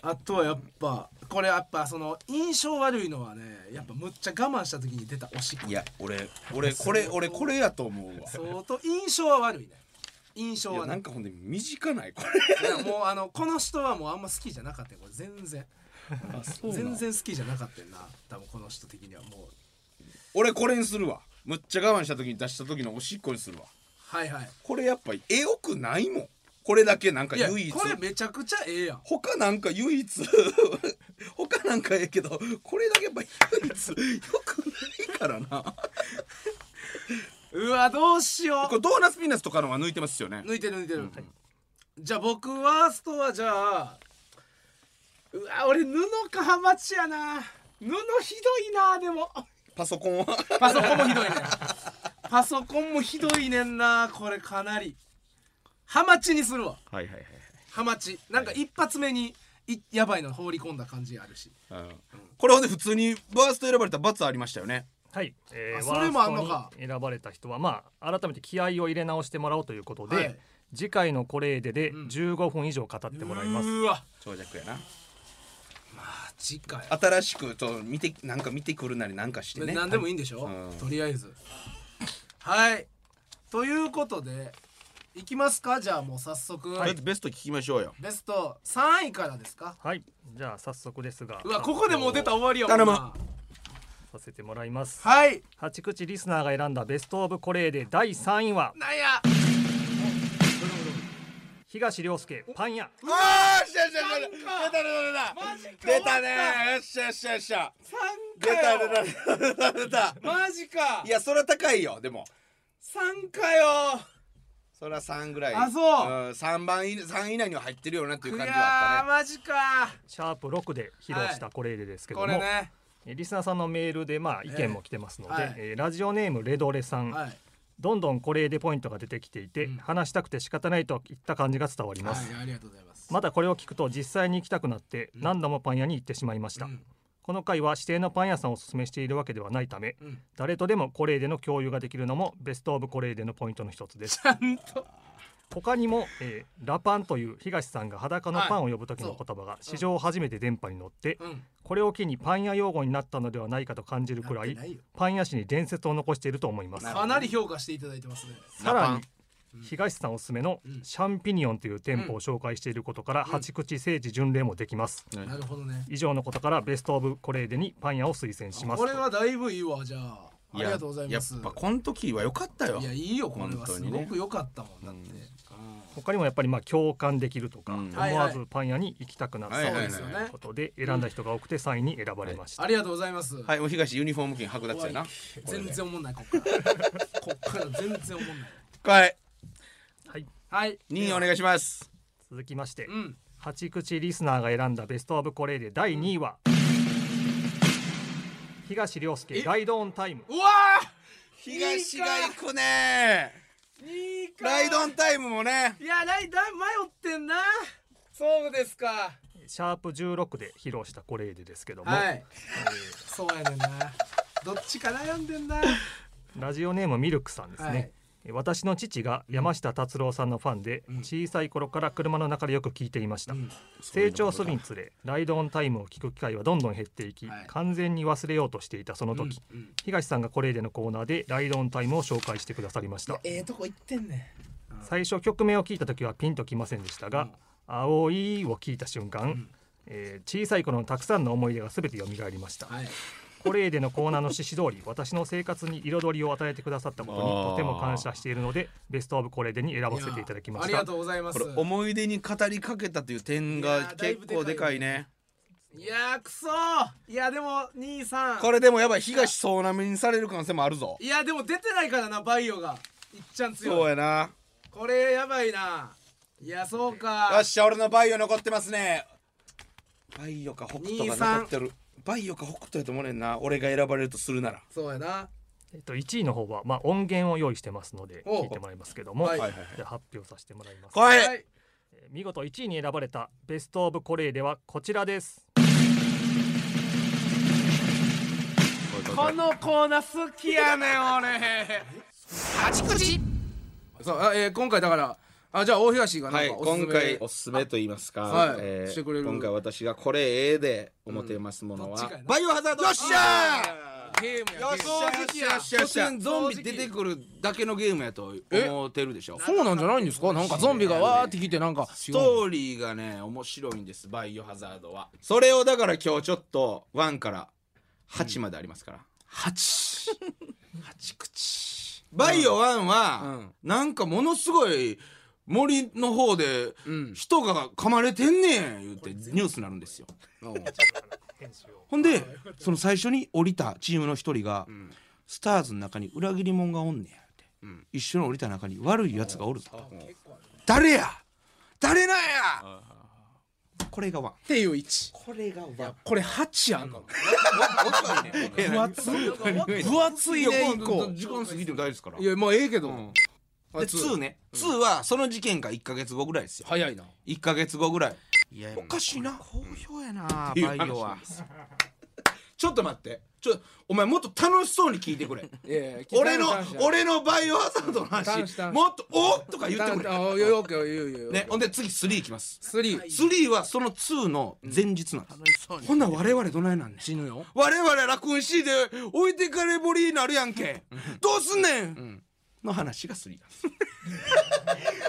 Speaker 1: あとはやっぱこれやっぱその印象悪いのはねやっぱむっちゃ我慢した時に出たおしっこ
Speaker 2: いや俺俺これ俺これやと思うわ
Speaker 1: 相当印象は悪いね印象
Speaker 2: いや
Speaker 1: は
Speaker 2: な
Speaker 1: ね
Speaker 2: んかほんで短ないこれ
Speaker 1: いやもうあのこの人はもうあんま好きじゃなかったよこれ全然全然好きじゃなかったよな多分この人的にはもう
Speaker 2: 俺これにするわむっちゃ我慢した時に出した時のおしっこにするわ
Speaker 1: はいはい
Speaker 2: これやっぱ絵よくないもんこれだけなんか
Speaker 1: いや
Speaker 2: 唯一
Speaker 1: これめちゃくちゃええやん
Speaker 2: 他なんか唯一 他なんかええけどこれだけやっぱ唯一よくないからな
Speaker 1: うわどうしよ
Speaker 2: これドーナツピーナスとかのは抜いてますよね
Speaker 1: う抜いてる抜いてる、じゃあ僕ワーストはじゃあうわ俺布かハマチやな布ひどいなでも
Speaker 2: パソコンは
Speaker 1: パソコンもひどいねん パソコンもひどいねんなこれかなりハマチにするわ
Speaker 2: はいはい
Speaker 1: ハマチなんか一発目にいやばいの放り込んだ感じあるし
Speaker 2: はい、これほんで普通にバースト選ばれた罰ありましたよね
Speaker 3: はい、え
Speaker 1: あ
Speaker 3: ー、
Speaker 1: それもあんのか
Speaker 3: ワーストに選ばれた人はまあ改めて気合を入れ直してもらおうということで、
Speaker 1: はい
Speaker 3: 次回のこれでで
Speaker 1: うん
Speaker 3: 15分以上語ってもらいます、
Speaker 1: うーわ
Speaker 2: 長尺やな
Speaker 1: マジかよ
Speaker 2: 新しくちょっと見てなんか見てくるなりなんかしてね
Speaker 1: 何でもいいんでしょ、
Speaker 2: うん
Speaker 1: とりあえずはいということでいきますかじゃあもう早速、
Speaker 2: とりあえずベスト聞きましょうよ
Speaker 1: ベスト3位からですか
Speaker 3: はいじゃあ早速ですが
Speaker 1: うわここでもう出た終わりや
Speaker 2: 頼む
Speaker 1: ほんま
Speaker 3: させてもらいます
Speaker 1: はい
Speaker 3: 八口リスナーが選んだベストオブコレーで第3位は
Speaker 1: なんや
Speaker 3: 東亮介パン屋
Speaker 2: よーしよしよしよし
Speaker 1: なんか
Speaker 2: 出た
Speaker 1: マジか
Speaker 2: 出た出た出たねよっしゃよっしゃよっしゃ
Speaker 1: 3
Speaker 2: 出
Speaker 1: 回
Speaker 2: た出た出た出た
Speaker 1: マジか
Speaker 2: いやそれは高いよでも
Speaker 1: 3回よ
Speaker 2: それは3ぐらい
Speaker 1: あそう
Speaker 2: うん、3番以3以内には入ってるよなっていう
Speaker 1: い
Speaker 2: 感
Speaker 1: や
Speaker 2: じはあ
Speaker 1: ー
Speaker 2: ったね
Speaker 1: マジか
Speaker 3: シャープ6で披露したコレーデですけど
Speaker 1: こ
Speaker 3: も、
Speaker 1: れね
Speaker 3: えリスナーさんのメールでまあ意見も来てますので、
Speaker 1: ええはい
Speaker 3: えーラジオネームレドレさん、
Speaker 1: はい
Speaker 3: どんどんコレーデポイントが出てきていて、
Speaker 1: うん
Speaker 3: 話したくて仕方ないといった感じが伝わります、
Speaker 1: はいありがとうございます
Speaker 3: またこれを聞くと実際に行きたくなって
Speaker 1: うん
Speaker 3: 何度もパン屋に行ってしまいました、
Speaker 1: うん
Speaker 3: この回は指定のパン屋さんをおすすめしているわけではないため
Speaker 1: うん
Speaker 3: 誰とでもコレーデの共有ができるのもベストオブコレーデのポイントの一つです
Speaker 1: ちゃんと
Speaker 3: 他にも、えーラパンという東さんが裸のパンを呼ぶ時の言葉が史上初めて電波に乗って
Speaker 1: うん
Speaker 3: これを機にパン屋用語になったのではないかと感じるくら
Speaker 1: やっ
Speaker 3: い
Speaker 1: てないよ
Speaker 3: パン屋史に伝説を残していると思います
Speaker 2: なるほど
Speaker 1: かなり評価していただいてますね
Speaker 2: ラ
Speaker 3: さ
Speaker 2: パ
Speaker 3: ら
Speaker 2: ン
Speaker 3: に東さんおすすめのシャンピニオンという店舗を紹介していることから八口聖地巡礼もできます
Speaker 1: なるほどね
Speaker 3: 以上のことからベストオブコレーデにパン屋を推薦します
Speaker 1: これはだいぶいいわじゃああり
Speaker 2: や
Speaker 1: がとうございます
Speaker 2: やっぱこの時は良かったよ
Speaker 1: いやいいよこれは
Speaker 2: 本当
Speaker 1: す
Speaker 2: にね
Speaker 1: ごく良かったもんだって
Speaker 3: 他にもやっぱりまあ共感できるとか、
Speaker 2: うん
Speaker 3: 思
Speaker 1: はいは
Speaker 3: わ
Speaker 1: い
Speaker 3: ずパン屋に行きたくなった
Speaker 2: はい
Speaker 3: と
Speaker 2: はいはいいうそうです
Speaker 1: よね
Speaker 3: ことで選んだ人が多くて3位に選ばれました、
Speaker 1: ありがとうございます
Speaker 2: はいもう東ユニフォーム券剥奪や
Speaker 1: 終わ
Speaker 2: な
Speaker 1: り全然おもんないこっ からこっから全然おもんない
Speaker 2: はい
Speaker 3: はい、
Speaker 1: はい
Speaker 2: 2位お願いします
Speaker 3: 続きまして、
Speaker 1: うん
Speaker 3: 八口リスナーが選んだベストオブコレーデ第2位は、東亮介ライドオンタイム
Speaker 1: うわ
Speaker 2: 東が行くね
Speaker 1: ーいいか
Speaker 2: ライドオンタイムもね
Speaker 1: いやライダー迷ってんなそうですか
Speaker 3: シャープ16で披露したコレーデですけども、
Speaker 1: はいそうやねんなどっちか悩んでんな
Speaker 3: ラジオネームミルクさんですね、
Speaker 1: はい
Speaker 3: え私の父が山下達郎さんのファンで、
Speaker 1: うん
Speaker 3: 小さい頃から車の中でよく聞いていました、
Speaker 1: うん
Speaker 3: 成長するにつれライドオンタイムを聞く機会はどんどん減っていき、
Speaker 1: はい
Speaker 3: 完全に忘れようとしていたその時、
Speaker 1: うんうん
Speaker 3: 東さんがこれでのコーナーでライドオンタイムを紹介してくださりまし
Speaker 1: いや
Speaker 3: た
Speaker 1: ええとこ行ってんねん
Speaker 3: 最初曲名を聞いた時はピンときませんでしたが「青い」を聞いた瞬間、
Speaker 1: ん
Speaker 3: えー小さい頃のたくさんの思い出が全て蘇りました、
Speaker 1: はい
Speaker 3: コレーデのコーナーの趣旨通り私の生活に彩りを与えてくださったことにとても感謝しているのでベストオブコレーデに選ばせていただきま
Speaker 1: あ
Speaker 3: し
Speaker 1: りが
Speaker 3: た
Speaker 1: とうございま
Speaker 2: こ
Speaker 1: す
Speaker 2: れ思い出に語りかけたという点
Speaker 1: いや
Speaker 2: が
Speaker 1: ーだいぶ
Speaker 2: 結
Speaker 1: でかい
Speaker 2: 構でかいね
Speaker 1: いやーくそーいやでも兄さん
Speaker 2: これでもやばい東総なめにされる可能性もあるぞ
Speaker 1: いやでも出てないからなバイオがいっちゃん
Speaker 2: そう
Speaker 1: 強い
Speaker 2: やな
Speaker 1: これやばいないやそうか
Speaker 2: よっしゃ俺のバイオ残ってますねバイオか北斗が残ってるバイオか北斗やと思うねんな俺が選ばれるとするなら
Speaker 1: そうやな
Speaker 3: えっと、1位の方は、まあ、音源を用意してますので
Speaker 1: おう
Speaker 3: 聞いてもらいますけども、
Speaker 1: はい
Speaker 2: はいはいはい
Speaker 3: じゃあ発表させてもらいます、
Speaker 2: 来い、
Speaker 1: はい
Speaker 3: えー見事1位に選ばれたベストオブコレーデはこちらです
Speaker 1: このコーナー好きやねん俺そうあ、えー今回だからあじゃあ大東がな
Speaker 4: は
Speaker 1: ん
Speaker 4: い、
Speaker 1: かおすす
Speaker 4: 今
Speaker 1: め、
Speaker 4: 回おすすめと言いますか、
Speaker 1: はい
Speaker 4: えー
Speaker 1: してくれる
Speaker 4: 今回私がこれええで思っていますもの
Speaker 1: うんどっ
Speaker 4: は、
Speaker 1: ちかやな
Speaker 4: バイオハザードよっしゃ
Speaker 1: ゲームやゲーム
Speaker 2: よっしゃよっしゃ突然ゾンビ出てくるだけのゲームやと思ってるでしょ
Speaker 1: そうなんじゃないんですかなんかゾンビがわーって聞いてなんか
Speaker 2: ストーリーがね面白いんですバイオハザードは
Speaker 4: それをだから今日ちょっと1から8までありますから、
Speaker 1: 八
Speaker 2: 八口
Speaker 4: バイオ1は、
Speaker 2: なんかものすごい森の方で
Speaker 1: うん
Speaker 2: 人が噛まれてんねん言ってニュースになるんですよ
Speaker 3: 編集を
Speaker 2: ほんでその最初に降りたチームの一人が、
Speaker 4: ん
Speaker 2: スターズの中に裏切り者がおんねんって、
Speaker 4: ん
Speaker 2: 一緒に降りた中に悪いやつがおると誰や誰なんやこれがワン
Speaker 1: っていう位置
Speaker 2: これがワン
Speaker 1: これ八あんの
Speaker 2: 分厚い
Speaker 1: 分厚いね一個
Speaker 2: 時間過ぎても大丈夫ですから
Speaker 1: いやもうええけど、あ
Speaker 2: で2ね2はその事件から1か月後ぐらいですよ
Speaker 1: 早いな
Speaker 2: 1か月後ぐらい
Speaker 4: いや
Speaker 2: おかしいな好評やなバ
Speaker 4: いう話
Speaker 2: イオはちょっと待ってちょお前もっと楽しそうに聞いてくれ俺の俺のバイオハザードの
Speaker 1: 楽しい
Speaker 2: 話
Speaker 1: 楽しい
Speaker 2: もっと「おっ!」とか言ってくれ、
Speaker 1: よよけよよよ
Speaker 2: ね、ほんで次3いきます
Speaker 1: スリー
Speaker 2: 3はその2の前日なんです、ほんなら我々どないなんねん
Speaker 1: 死ぬよ
Speaker 2: 我々楽運 C で置いてかれぼりになるやんけどうすんねん、の話が3なんで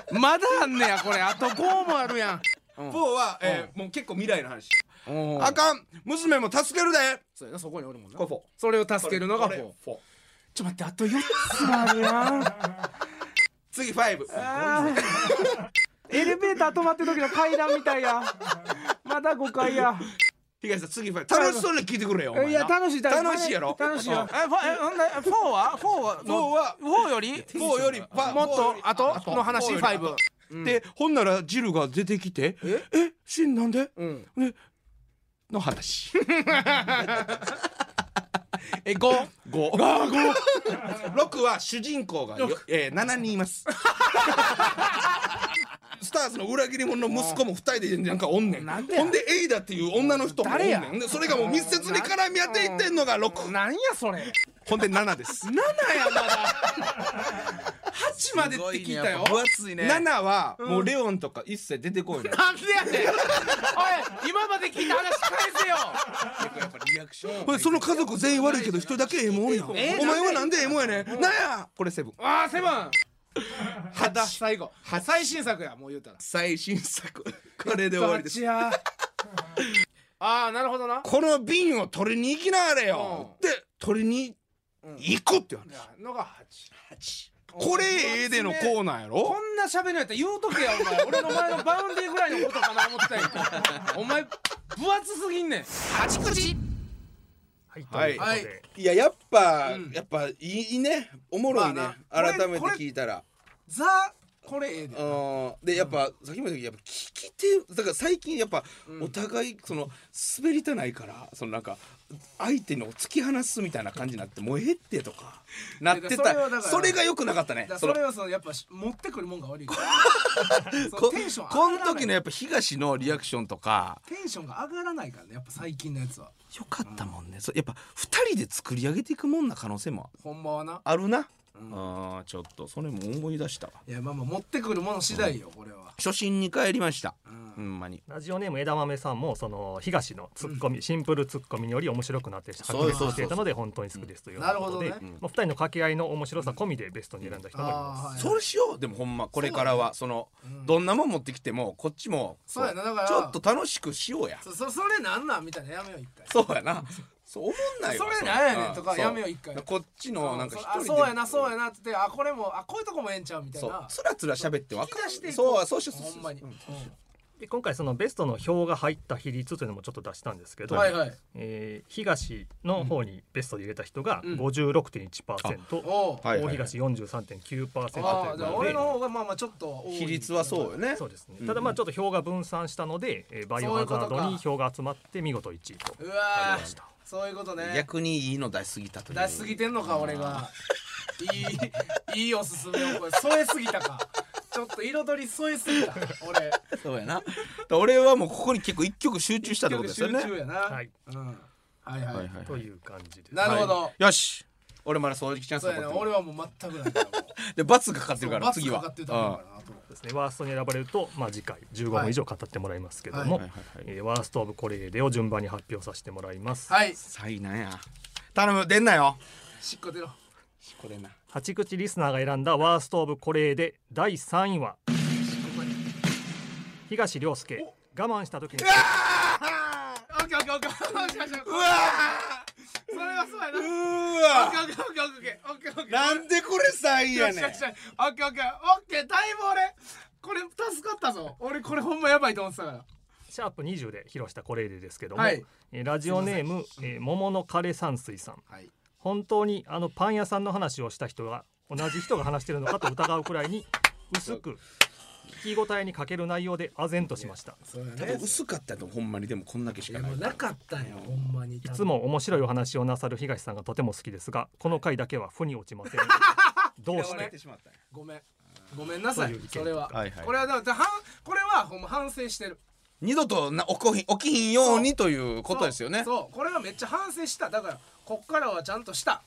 Speaker 2: す
Speaker 1: まだあんねやこれあと5もあるやん
Speaker 2: 4は、えーもう結構未来の話
Speaker 1: あ
Speaker 2: あかん娘も助けるで
Speaker 1: そうやなそこにおるもんな
Speaker 2: これフォー
Speaker 1: それを助けるのがフォー
Speaker 2: これフォー
Speaker 1: ちょ待ってあと4つある や
Speaker 2: 次5
Speaker 1: んエレベーター止まってる時の階段みたいやまだ5階や
Speaker 2: 東さん次5楽しそうに聞いてくれよお前ない
Speaker 1: や楽しい楽しい
Speaker 2: 楽しいやろ
Speaker 1: 楽しいよ
Speaker 2: う
Speaker 5: え、フォえほんでフォーはフォーは
Speaker 2: 4は
Speaker 5: フォーより
Speaker 2: 4よりも
Speaker 5: もっと後の話ファイブ
Speaker 2: でほんならジルが出てきて「えシンなんで?
Speaker 1: うん」
Speaker 2: の話
Speaker 1: え5
Speaker 2: 5あ5 6は主人公がよ、えー、7人います スターズの裏切り者の息子も2人でなんかおんねん
Speaker 1: なんでや
Speaker 2: ほんでエイダっていう女の人もおん
Speaker 1: 誰
Speaker 2: ね
Speaker 1: や
Speaker 2: んでそれがもう密接に絡み合っていってんのが6
Speaker 1: なんやそれ
Speaker 2: ほんで7です
Speaker 1: 7やまだ8までって聞いたよ
Speaker 4: 分厚いね
Speaker 2: 7はもうレオンとか一切出てこいの
Speaker 1: なんでやねんおい今まで聞いた話返せよ
Speaker 2: ほいその家族全員悪いけど一人だけええもんやんお前
Speaker 1: え
Speaker 2: はなんでええもんやねんなんやこれセブン
Speaker 1: ああセブンただ最後最新作やもう言うたら
Speaker 2: 最新作これで終わりです
Speaker 1: 八やああなるほどな
Speaker 2: この瓶を取りに行きなはれよで取りに行くって話
Speaker 1: のが八
Speaker 2: これええでのコーナーや
Speaker 1: こ
Speaker 2: ろ
Speaker 1: んな喋るんやったら言うとけやお前俺の前のバウンディぐらいのことかな思ってたんやけどお前分厚すぎんねん
Speaker 2: はい
Speaker 3: はい、ということで、
Speaker 1: はい
Speaker 4: ややっぱ、
Speaker 1: うん
Speaker 4: やっぱいいねおもろいね、
Speaker 1: まあな
Speaker 4: 改めて
Speaker 1: これ
Speaker 4: 聞いたら
Speaker 1: ザこれええで
Speaker 4: うんでやっぱ、さっきも言ったけどやっぱ聞き手だから最近やっぱ、お互いその滑りたないからそのなんか相手の突き放すみたいな感じになってもうええってとか なってた
Speaker 1: いやだからそれはだから
Speaker 4: それが良くなかったね
Speaker 1: だから
Speaker 4: そ
Speaker 1: そ
Speaker 4: の
Speaker 1: れはそのやっぱし持ってくるもんが悪いから その
Speaker 2: こ
Speaker 1: テンション
Speaker 2: こ
Speaker 1: 上
Speaker 2: の
Speaker 1: がらない
Speaker 2: 時のやっぱ東のリアクションとか
Speaker 1: テンションが上がらないからねやっぱ最近のやつは
Speaker 2: よかったもんねそうやっぱ二人で作り上げていくもんな可能性も
Speaker 1: ほんまはな
Speaker 2: あるなあーちょっとそれも思い出したわ
Speaker 1: いやまあまあ持ってくるもの次第よこれは
Speaker 2: 初心に帰りました
Speaker 1: うん
Speaker 2: ほんまに
Speaker 3: ラジオネーム枝豆さんもその東のツッコミ、シンプルツッコミにより面白くなって白熱していたので本当に好きですというようなことで、
Speaker 1: なるほど
Speaker 3: まあ、2人の掛け合いの面白さ込みでベストに選んだ人もいます。
Speaker 1: あーはい
Speaker 2: そうしようでもほんまこれからはそのどんなもん持ってきてもこっちも
Speaker 1: そうやな
Speaker 2: こ
Speaker 1: だから
Speaker 2: ちょっと楽しくしようや
Speaker 1: そそそれなんなんみたいなやめよう一回
Speaker 2: そうやなそう思んないわ
Speaker 1: それなんやねん
Speaker 2: う
Speaker 1: とか
Speaker 2: そう
Speaker 1: やめよう一回
Speaker 2: こっちのなんか
Speaker 1: そう
Speaker 2: 一人
Speaker 1: あ
Speaker 2: で
Speaker 1: そうやなそうやなって言ってあこれもあこういうとこもええんちゃうみたい
Speaker 2: そう
Speaker 1: な
Speaker 2: つらつら喋ってわか
Speaker 1: 引き出してい
Speaker 2: る
Speaker 1: こ
Speaker 2: そうそうしようそう
Speaker 1: ほ
Speaker 2: そ
Speaker 1: ん
Speaker 2: う
Speaker 1: まに、
Speaker 3: で今回そのベストの票が入った比率というのもちょっと出したんですけど、
Speaker 1: はいはい
Speaker 3: えー東の方にベストで入れた人が
Speaker 1: うん
Speaker 3: 56.1%、
Speaker 1: おう
Speaker 2: はい
Speaker 3: 大東43.9%という
Speaker 1: あ
Speaker 3: こ
Speaker 1: あ
Speaker 3: と
Speaker 1: じ
Speaker 3: で
Speaker 1: ゃあ俺の方がまあまあちょっと多い
Speaker 2: 比率はそうよね
Speaker 3: そうですね、ただまあちょっと票が分散したので、えーバイオハザードに票が集まって見事1位と
Speaker 1: うわ
Speaker 3: なりまし
Speaker 1: ー
Speaker 3: た。
Speaker 1: そういうことね
Speaker 2: 逆にいいの出しすぎたという
Speaker 1: 出しすぎてんのか俺がいいいいおすすめをこれ添えすぎたかちょっと彩り添えすぎた 俺
Speaker 2: そうやなだから俺はもうここに結構一曲集中したってことですよね
Speaker 1: 集中やな、
Speaker 3: はい
Speaker 1: うん、はいはい、
Speaker 6: はいはい
Speaker 3: という感じです。
Speaker 1: なるほど、
Speaker 6: よし
Speaker 2: 俺まだ正直チャンス
Speaker 1: そうや
Speaker 2: 残
Speaker 1: ね
Speaker 2: ってる
Speaker 1: 俺はもう全くないからもう
Speaker 2: で罰がかかってるか
Speaker 1: バ
Speaker 2: ら
Speaker 1: ツ
Speaker 2: 次
Speaker 1: か
Speaker 2: は
Speaker 1: かってたのかなと思って
Speaker 3: ですね、ワーストに選ばれると、まあ、次回15分以上語ってもらいますけども、
Speaker 1: は
Speaker 6: はいはい
Speaker 3: えーワースト・オブ・コレーデを順番に発表させてもらいます、
Speaker 1: はい
Speaker 6: 最難や頼む出んなよ
Speaker 1: しっこ出ろ
Speaker 2: これな
Speaker 3: 八口リスナーが選んだワースト・オブ・コレーデ第3位は東亮介我慢した時に
Speaker 1: オッケーオッケーオッケーオッケーオッケー
Speaker 2: うわ
Speaker 1: それはそうやなオ
Speaker 2: ーう
Speaker 1: ッ
Speaker 2: わ
Speaker 1: ケーオッケーオッケーオッケーオッケーオッケーオッケー
Speaker 2: なんでこれ3位
Speaker 1: よ
Speaker 2: や
Speaker 1: し
Speaker 2: ね
Speaker 1: よ
Speaker 2: ん
Speaker 1: しよしオッケーオッケーオッケーだいぶ俺これ助かったぞ俺これほんまやばいと思ってたから
Speaker 3: シャープ20で披露したコレーデですけども、
Speaker 1: はい
Speaker 3: えーラジオネーム、えー桃の枯山水さん
Speaker 1: はい
Speaker 3: 本当にあのパン屋さんの話をした人が同じ人が話してるのかと疑うくらいに薄く聞き応えに欠ける内容で唖然としました
Speaker 1: そうや
Speaker 2: 多分薄かったとほんまにでもこんだけし
Speaker 1: い
Speaker 2: か
Speaker 1: や
Speaker 2: ない
Speaker 1: もうなかったんよほんまにい
Speaker 3: いつも面白いお話をなさる東さんがとても好きですがこの回だけは負に落ちませんどうし
Speaker 2: 嫌われ
Speaker 3: て
Speaker 2: てしまったんや
Speaker 1: ごめんごめんなさい
Speaker 3: そういう意見
Speaker 1: それは
Speaker 6: はいはい
Speaker 1: これはだからはんこれはほんま反省してる
Speaker 6: 二度とな起こひん起きひんようにということですよね
Speaker 1: そうそうこれはめっちゃ反省しただからこっからはちゃんとした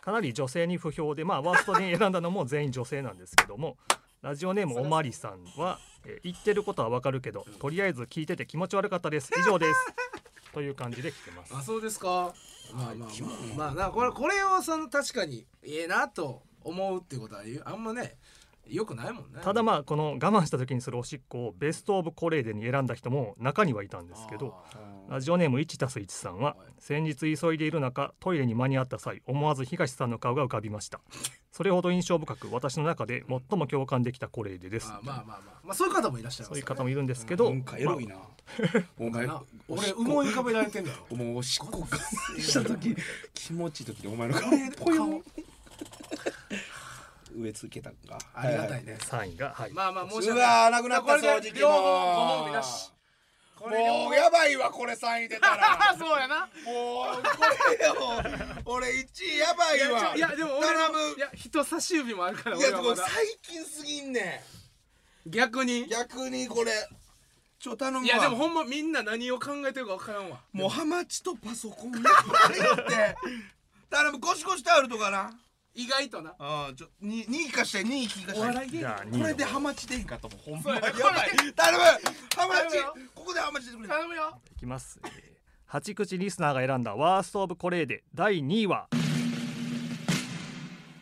Speaker 3: かなり女性に不評でまあワーストに選んだのも全員女性なんですけども ラジオネームおまりさんは、えー言ってることはわかるけどとりあえず聞いてて気持ち悪かったです以上ですという感じで来てます
Speaker 1: あそうですかまあまあまあまあなこれこれをその確かにええなと思うってことは言うあんまねよくないもんね
Speaker 3: ただまあこの我慢した時にするおしっこをベスト・オブ・コレーデに選んだ人も中にはいたんですけどラジオネーム 1+1 さんは先日急いでいる中トイレに間に合った際思わず東さんの顔が浮かびましたそれほど印象深く私の中で最も共感できたコレーデです
Speaker 1: あまあまあまあまあそういう方もいらっしゃいま
Speaker 3: そう
Speaker 1: す
Speaker 3: い
Speaker 1: よ
Speaker 3: う
Speaker 1: ね
Speaker 3: 方もいるんですけど、
Speaker 2: なんかエロいな お前
Speaker 1: な俺思い浮かべられてんだろ
Speaker 2: もうおしっこ我慢した時気持ちいい時にお前の顔
Speaker 1: こういう
Speaker 2: 植え付けたんか
Speaker 1: ありがたいね、
Speaker 3: ま3位が、はい
Speaker 1: まあまあ申し訳
Speaker 2: うわーなくなった
Speaker 1: これで
Speaker 2: 掃除機
Speaker 1: 両
Speaker 2: も
Speaker 1: 方ご褒美なしこれ
Speaker 2: もうやばいわこれ3位出たら
Speaker 1: そうやな
Speaker 2: もうこれよ俺1位やば
Speaker 1: いや
Speaker 2: いわ
Speaker 1: ちょいやでも俺の
Speaker 2: 頼む
Speaker 1: いや人差し指もあるから
Speaker 2: い
Speaker 1: 俺
Speaker 2: や
Speaker 1: は
Speaker 2: こ
Speaker 1: ま
Speaker 2: れ
Speaker 1: だ
Speaker 2: 最近すぎんね
Speaker 1: 逆に
Speaker 2: ん逆にこれちょ頼むわ
Speaker 1: いやでもほんまみんな何を考えてるか分からんわ
Speaker 2: もうハマチとパソコン持って行って頼むゴシゴシタオルとかな
Speaker 1: 意外とな
Speaker 2: ああちょに二位かして二位聞か
Speaker 1: お
Speaker 2: し
Speaker 1: 笑
Speaker 2: て
Speaker 1: い芸人
Speaker 3: じゃあ
Speaker 2: こ
Speaker 3: 2
Speaker 2: れ
Speaker 3: 位
Speaker 2: で
Speaker 3: の
Speaker 2: ハマチでいいんかと思うほんま
Speaker 1: そう
Speaker 2: や
Speaker 1: や
Speaker 2: ば
Speaker 1: ない
Speaker 2: 頼むハマチ
Speaker 1: 頼む
Speaker 2: ここでハマチしてくれ
Speaker 1: 頼むよ
Speaker 3: いきます、えー八口リスナーが選んだワースト・オブ・コレーデ第2位は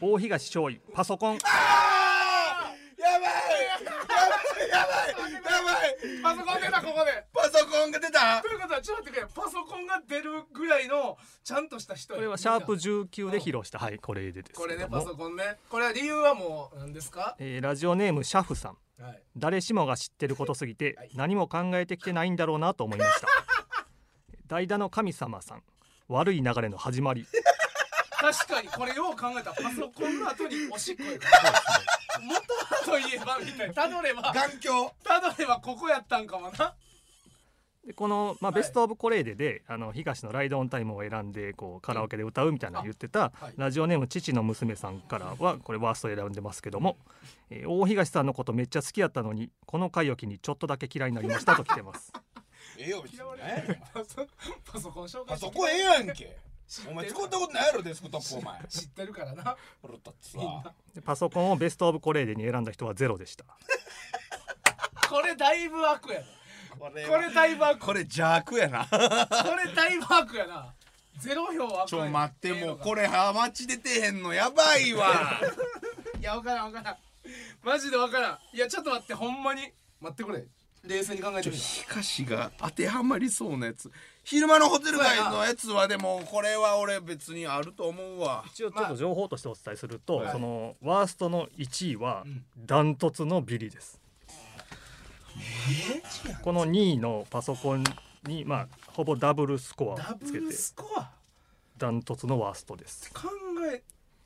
Speaker 3: 大東勝利パソコン
Speaker 2: あーやばいやばいやばいやばい
Speaker 1: パソコン出たここで
Speaker 2: パソコンが出た
Speaker 1: ということはちょっと待ってくれパソコンが出るぐらいのちゃんとした人
Speaker 3: これはシャープ19で披露した、はい、コレーデです
Speaker 1: こ
Speaker 3: け
Speaker 1: れね
Speaker 3: ど
Speaker 1: パ
Speaker 3: も、
Speaker 1: ソコンねこれは理由はもう何ですか
Speaker 3: えーラジオネームシャフさん
Speaker 1: はい
Speaker 3: 誰しもが知ってることすぎて何も考えてきてないんだろうなと思いました 代打の神様さん悪い流れの始まり
Speaker 1: 確かにこれよう考えたらパソコンの後におしっこや元はといえばみたいなたどれば
Speaker 2: 眼鏡
Speaker 1: たどればここやったんかもな
Speaker 3: でこの、まあ、
Speaker 1: はい
Speaker 3: ベスト・オブ・コレーデで、あの東の「ライド・オン・タイム」を選んでこうカラオケで歌うみたいなの言ってた、
Speaker 1: はい
Speaker 3: ラジオネーム父の娘さんからはこれワースト選んでますけども、えー大東さんのことめっちゃ好きやったのにこの回を機にちょっとだけ嫌いになりましたと来 てます。
Speaker 2: ええよ別に
Speaker 1: 嫌われ
Speaker 2: 何やねん
Speaker 1: パソパソコン紹
Speaker 2: パ
Speaker 1: 介
Speaker 2: ソ
Speaker 1: し
Speaker 2: コンええやんけ
Speaker 1: て
Speaker 2: お前使ったことないやろデスクトップお前
Speaker 1: 知ってるからな
Speaker 2: プロタツは
Speaker 3: でパソコンをベスト・オブ・コレーデに選んだ人はゼロでした。
Speaker 1: これだいぶ悪やな
Speaker 2: これ
Speaker 1: これだいぶ悪
Speaker 2: これ邪悪やな
Speaker 1: これだいぶ悪やなゼロ票は
Speaker 2: ちょ待ってもうこれハマチ出てへんのやばいわ
Speaker 1: いや分からん分からんマジで分からんいやちょっと待ってほんまに待ってくれ冷静に考えてみ
Speaker 2: しかしが当てはまりそうなやつ昼間のホテル街のやつはでもこれは俺別にあると思うわ
Speaker 3: 一応ちょっと情報としてお伝えすると、
Speaker 2: まあ
Speaker 3: そのワーストの1位はダントツのビリです、この2位のパソコンにまあほぼダブルスコア
Speaker 1: ダ
Speaker 3: を
Speaker 1: ブ
Speaker 3: つけて
Speaker 1: ルスコア
Speaker 3: ダントツのワーストです
Speaker 1: 考え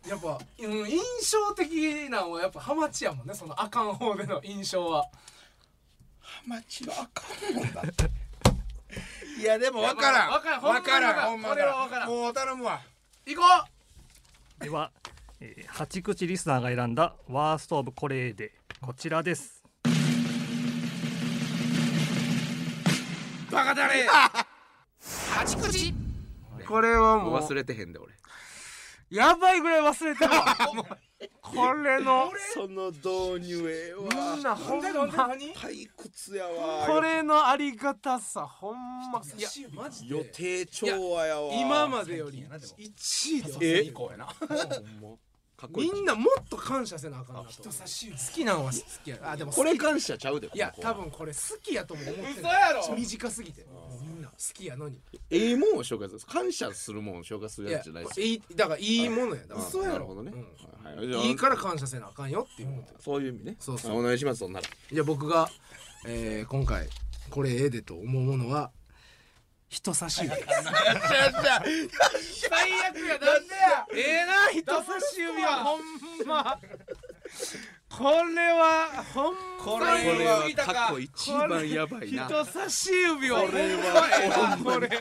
Speaker 1: やっぱ、うん、印象的なのはやっぱハマチやもんねそのあかん方での印象は
Speaker 2: ハマチのあかんもんだっていやでも分からん
Speaker 1: いや分からん
Speaker 2: 分からん
Speaker 1: ほ
Speaker 2: ほ
Speaker 1: ん
Speaker 2: ん
Speaker 1: ま
Speaker 2: ま
Speaker 1: に分からんこ
Speaker 2: 分
Speaker 1: れは分からん
Speaker 2: もう頼むわ
Speaker 1: 行こ
Speaker 3: では、えー、八口リスナーが選んだワーストオブコレーデこちらです
Speaker 2: バカだれ
Speaker 1: これはもう
Speaker 2: 忘れてへんで俺
Speaker 1: やばいぐらい忘れてるわ これの
Speaker 7: その導入ええ
Speaker 1: みんなほんま
Speaker 7: 退屈やわ
Speaker 1: これのありがたさほんまいや
Speaker 4: マジ
Speaker 7: 予定調和やわ
Speaker 1: 今までより1位で
Speaker 7: え
Speaker 4: 以降やな
Speaker 2: かっこいい
Speaker 1: みんなもっと感謝せなあかんなと思う好きなんは好きやあでも
Speaker 2: これ感謝ちゃうで
Speaker 1: いや
Speaker 2: この
Speaker 1: 多
Speaker 2: コーナー
Speaker 1: 分これ好きやとも思って嘘やろ短すぎてみんな好きやのに
Speaker 2: ええもんを紹介する感謝するもんを紹介す
Speaker 1: い
Speaker 2: るや
Speaker 1: や
Speaker 2: つじゃないし
Speaker 1: いいだからいいものやな
Speaker 2: あなるほどねはいはいじゃあ
Speaker 1: いいから感謝せなあかんよっていうこと
Speaker 2: そういう意味ね
Speaker 1: そうそう
Speaker 2: あお願いしますそんなら
Speaker 1: じゃあ僕が、えー今回これええでと思うものは人差し指です最悪やなんでやええな人差し指はほんまこれはほん
Speaker 4: こ
Speaker 1: まに
Speaker 4: れは
Speaker 2: 過去一番やばいな
Speaker 1: 人差し指はほんまこれ
Speaker 2: 過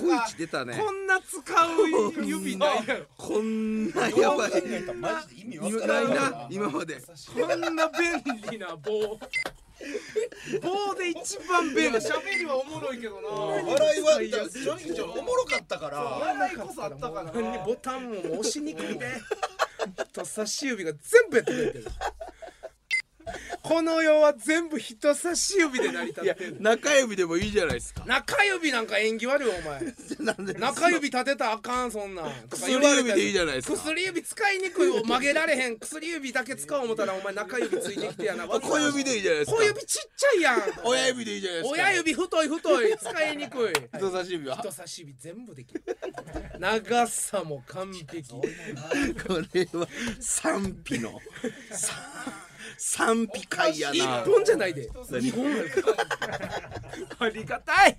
Speaker 2: 去一出たね
Speaker 1: こんな使う指ないやろ
Speaker 7: こんなやばい
Speaker 4: マジで意味わ
Speaker 7: ない
Speaker 4: からんわ
Speaker 7: な今まで
Speaker 1: こんな便利な棒棒で一番便利喋りはおもろいけどな
Speaker 4: 笑いはだから正直おもろかったから
Speaker 1: 笑いこそあったからなボタンも押しにくいね人差し指が全部やってくれてるこの世は全部人差し指で成り立ってる
Speaker 2: 中指でもいいじゃないですか
Speaker 1: 中指なんか縁起悪いよ お前中指立てたらあかんそんなんとか
Speaker 2: 薬
Speaker 1: 言われ
Speaker 2: 指
Speaker 1: たり
Speaker 2: でいいじゃないですか
Speaker 1: 薬指使いにくいよ曲げられへん薬指だけ使おう思ったらお前中指ついてきてやな
Speaker 2: 小指でいいじゃないですか
Speaker 1: 小指ちっちゃい やん
Speaker 2: 親指でいいじゃないですか
Speaker 1: 親指太い太 い使いにくい
Speaker 2: 人差し指は
Speaker 1: 人差し指全部できる長さも完璧
Speaker 2: これは賛否のさ賛否会や
Speaker 1: 一
Speaker 2: な
Speaker 1: 本じゃないで
Speaker 2: 何
Speaker 1: ありがたい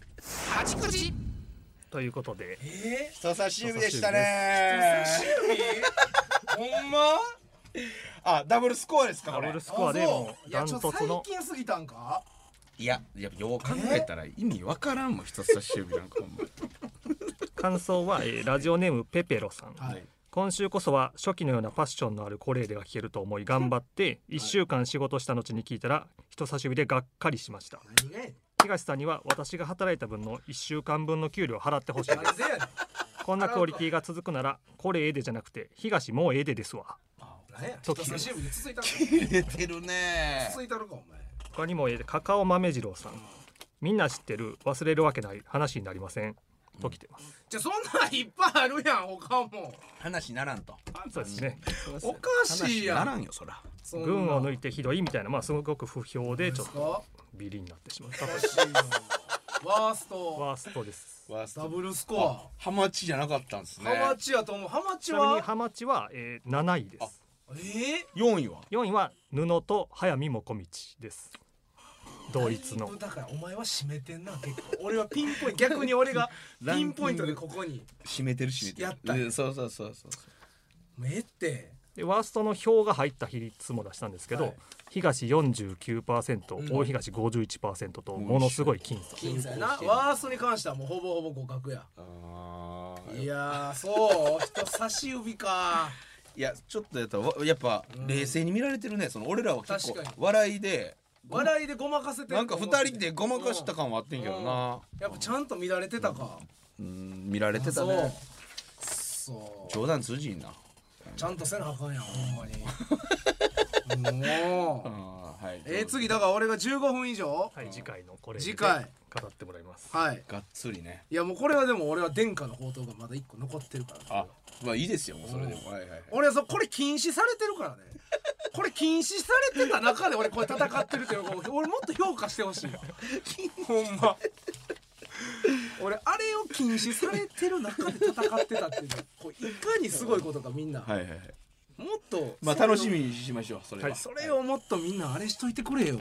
Speaker 3: ということで
Speaker 4: 人差し指でしたね
Speaker 1: ほんま
Speaker 4: あダブルスコアですか
Speaker 3: ダ
Speaker 4: こ
Speaker 3: ブ
Speaker 4: れ
Speaker 3: ルスコアでもうダントツの
Speaker 1: 近すぎたんか
Speaker 2: いややっぱよう考えたら意味わからんもん人差し指なんかほんま
Speaker 3: 感想は、えーラジオネームペペロさん、
Speaker 1: はい
Speaker 3: 今週こそは初期のようなパッションのあるコレーデが聞けると思い頑張って1週間仕事した後に聞いたら人差し指でがっかりしました
Speaker 1: 何がやねん
Speaker 3: 東さんには私が働いた分の1週間分の給料を払ってほしいで
Speaker 1: なん
Speaker 3: す
Speaker 1: でやねん
Speaker 3: こんなクオリティが続くならこれええでじゃなくて東もうええでですわ
Speaker 1: 何や
Speaker 3: そう
Speaker 1: 人差し指に続いたの
Speaker 2: 出てるね
Speaker 1: 続いたのかお前
Speaker 3: 他にもえーカカオ豆次郎さんみんな知ってる忘れるわけない話になりませんときてます、
Speaker 1: じゃあそんなんいっぱいあるやん他も
Speaker 2: 話ならんと
Speaker 3: そうですね
Speaker 1: おかしい
Speaker 2: 話
Speaker 1: や
Speaker 2: なんらんよそら
Speaker 1: そんな
Speaker 3: 群を抜いてひどいみたいなまあすごく不評でちょっと
Speaker 1: か
Speaker 3: ビリになってしまったという
Speaker 1: おかしいなワースト
Speaker 3: ワーストです
Speaker 2: わ
Speaker 1: ダブルスコア
Speaker 2: ハマチじゃなかったんですね
Speaker 1: ハマチやと思うハマチ
Speaker 3: ちなみに
Speaker 1: は
Speaker 3: ハマチは、えー、7位です
Speaker 1: え
Speaker 2: 4位は
Speaker 3: 4位は布と早見もこみちです同率の
Speaker 1: だからお前は締めてんな結構俺はピン ポイント逆に俺が
Speaker 2: ラン
Speaker 1: ピ
Speaker 2: キン
Speaker 1: ン
Speaker 2: グ
Speaker 1: ポイントでここに
Speaker 2: 締めてる締めてる
Speaker 1: やった
Speaker 2: うんそうそうそうそう
Speaker 1: もうええって
Speaker 3: でワーストの票が入った比率も出したんですけど、
Speaker 1: はい
Speaker 3: 東49%、
Speaker 1: うん
Speaker 3: 大東51%とものすごい僅差
Speaker 1: 金さやなワーストに関してはもうほぼほぼ互角や
Speaker 2: あー
Speaker 1: いやーそう人差し指か
Speaker 2: いやちょっとやったらわやっぱ
Speaker 1: ん
Speaker 2: 冷静に見られてるねその俺らは結構
Speaker 1: 確かに
Speaker 2: 笑いで
Speaker 1: 笑いでごまかせてる
Speaker 2: なんか
Speaker 1: と思って
Speaker 2: 二人でごまかした感はあってんけどな
Speaker 1: やっぱちゃんと見られてたか
Speaker 2: うん見られてた
Speaker 1: そう
Speaker 2: ね
Speaker 1: そう
Speaker 2: 冗談通じんな
Speaker 1: ちゃんとせなあかんやんほん まにもう
Speaker 2: あーはい
Speaker 1: えー、次だから俺が15分以上
Speaker 3: はい次回のこれで
Speaker 1: 次回
Speaker 3: 語ってもらいます
Speaker 1: はい
Speaker 2: がっつりね
Speaker 1: いやもうこれはでも俺は殿下の宝刀がまだ1個残ってるから
Speaker 2: あまあいいですよもうそれでもはいはいはい
Speaker 1: 俺はそうこれ禁止されてるからねこれ禁止されてた中で俺これ戦ってるっていうのが俺もっと評価してほしいわほん ま俺あれを禁止されてる中で戦ってたっていうのはこういかにすごいことかみんな、
Speaker 2: はいはいはい
Speaker 1: もっと
Speaker 2: まあ楽しみにしましょうそれは
Speaker 1: それをもっとみんなあれしといてくれよ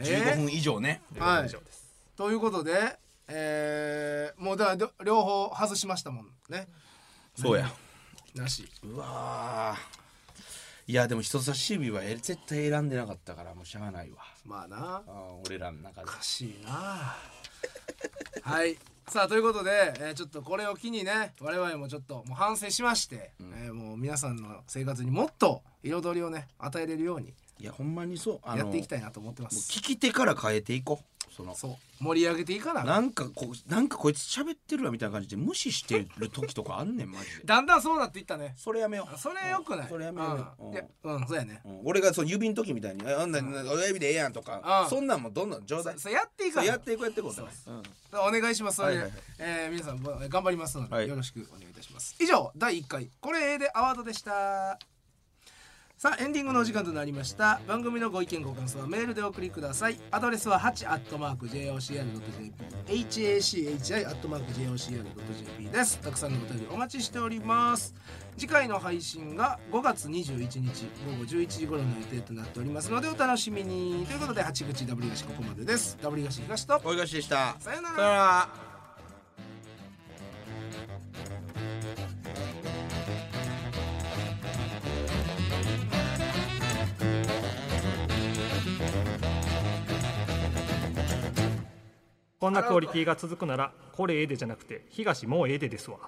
Speaker 2: 15分以上ね
Speaker 1: はい
Speaker 3: 以上です
Speaker 1: ということで、えー、もうだからりょ両方外しましたもんね
Speaker 2: そうや
Speaker 1: なし
Speaker 2: うわーいやでも人差し指はえ絶対選んでなかったからもうしゃあないわ
Speaker 1: まあな
Speaker 2: あー俺らの中で
Speaker 1: おかしいな はいさあということで、えーちょっとこれを機にね我々もちょっともう反省しまして、えーもう皆さんの生活にもっと彩りをね与えれるように
Speaker 2: いやほんまにそうあ
Speaker 1: やっていきたいなと思ってま
Speaker 2: もう
Speaker 1: す
Speaker 2: 聞き手から変えていこうその
Speaker 1: そう盛り上げていかな
Speaker 2: なんかこうなんかこいつ喋ってるわみたいな感じで無視してる時とかあんねんマジで
Speaker 1: だんだんそうなっていったね
Speaker 2: それやめよう
Speaker 1: それよくない
Speaker 2: それやめよう
Speaker 1: うん
Speaker 2: うん
Speaker 1: いやうんそうやね
Speaker 2: うん俺がその指の時みたいに「ああんな親指でええやん」と
Speaker 1: う
Speaker 2: か
Speaker 1: ん
Speaker 2: そんなんもどんどん冗談
Speaker 1: それやっていいか
Speaker 2: そう
Speaker 1: ら
Speaker 2: やっていくやっていこうと
Speaker 1: お願いしますそれで、
Speaker 2: はいはいはい
Speaker 1: えー皆さんぼ頑張りますので、
Speaker 2: はい
Speaker 1: よろしくお願いいたします以上第1回これでアワードでしたさあエンディングのお時間となりました番組のご意見ご感想はメールでお送りくださいアドレスは 8-jocr.jp hachi-jocr.jp ですたくさんのお便りお待ちしております次回の配信が5月21日午後11時頃の予定となっておりますのでお楽しみにということで八口ダブリガシここまでですダブリガシ東と
Speaker 2: おいがしでした
Speaker 1: さよな
Speaker 2: さよな
Speaker 1: ら
Speaker 2: ら
Speaker 3: こんなクオリティが続くならこれええでじゃなくて東もうええでですわ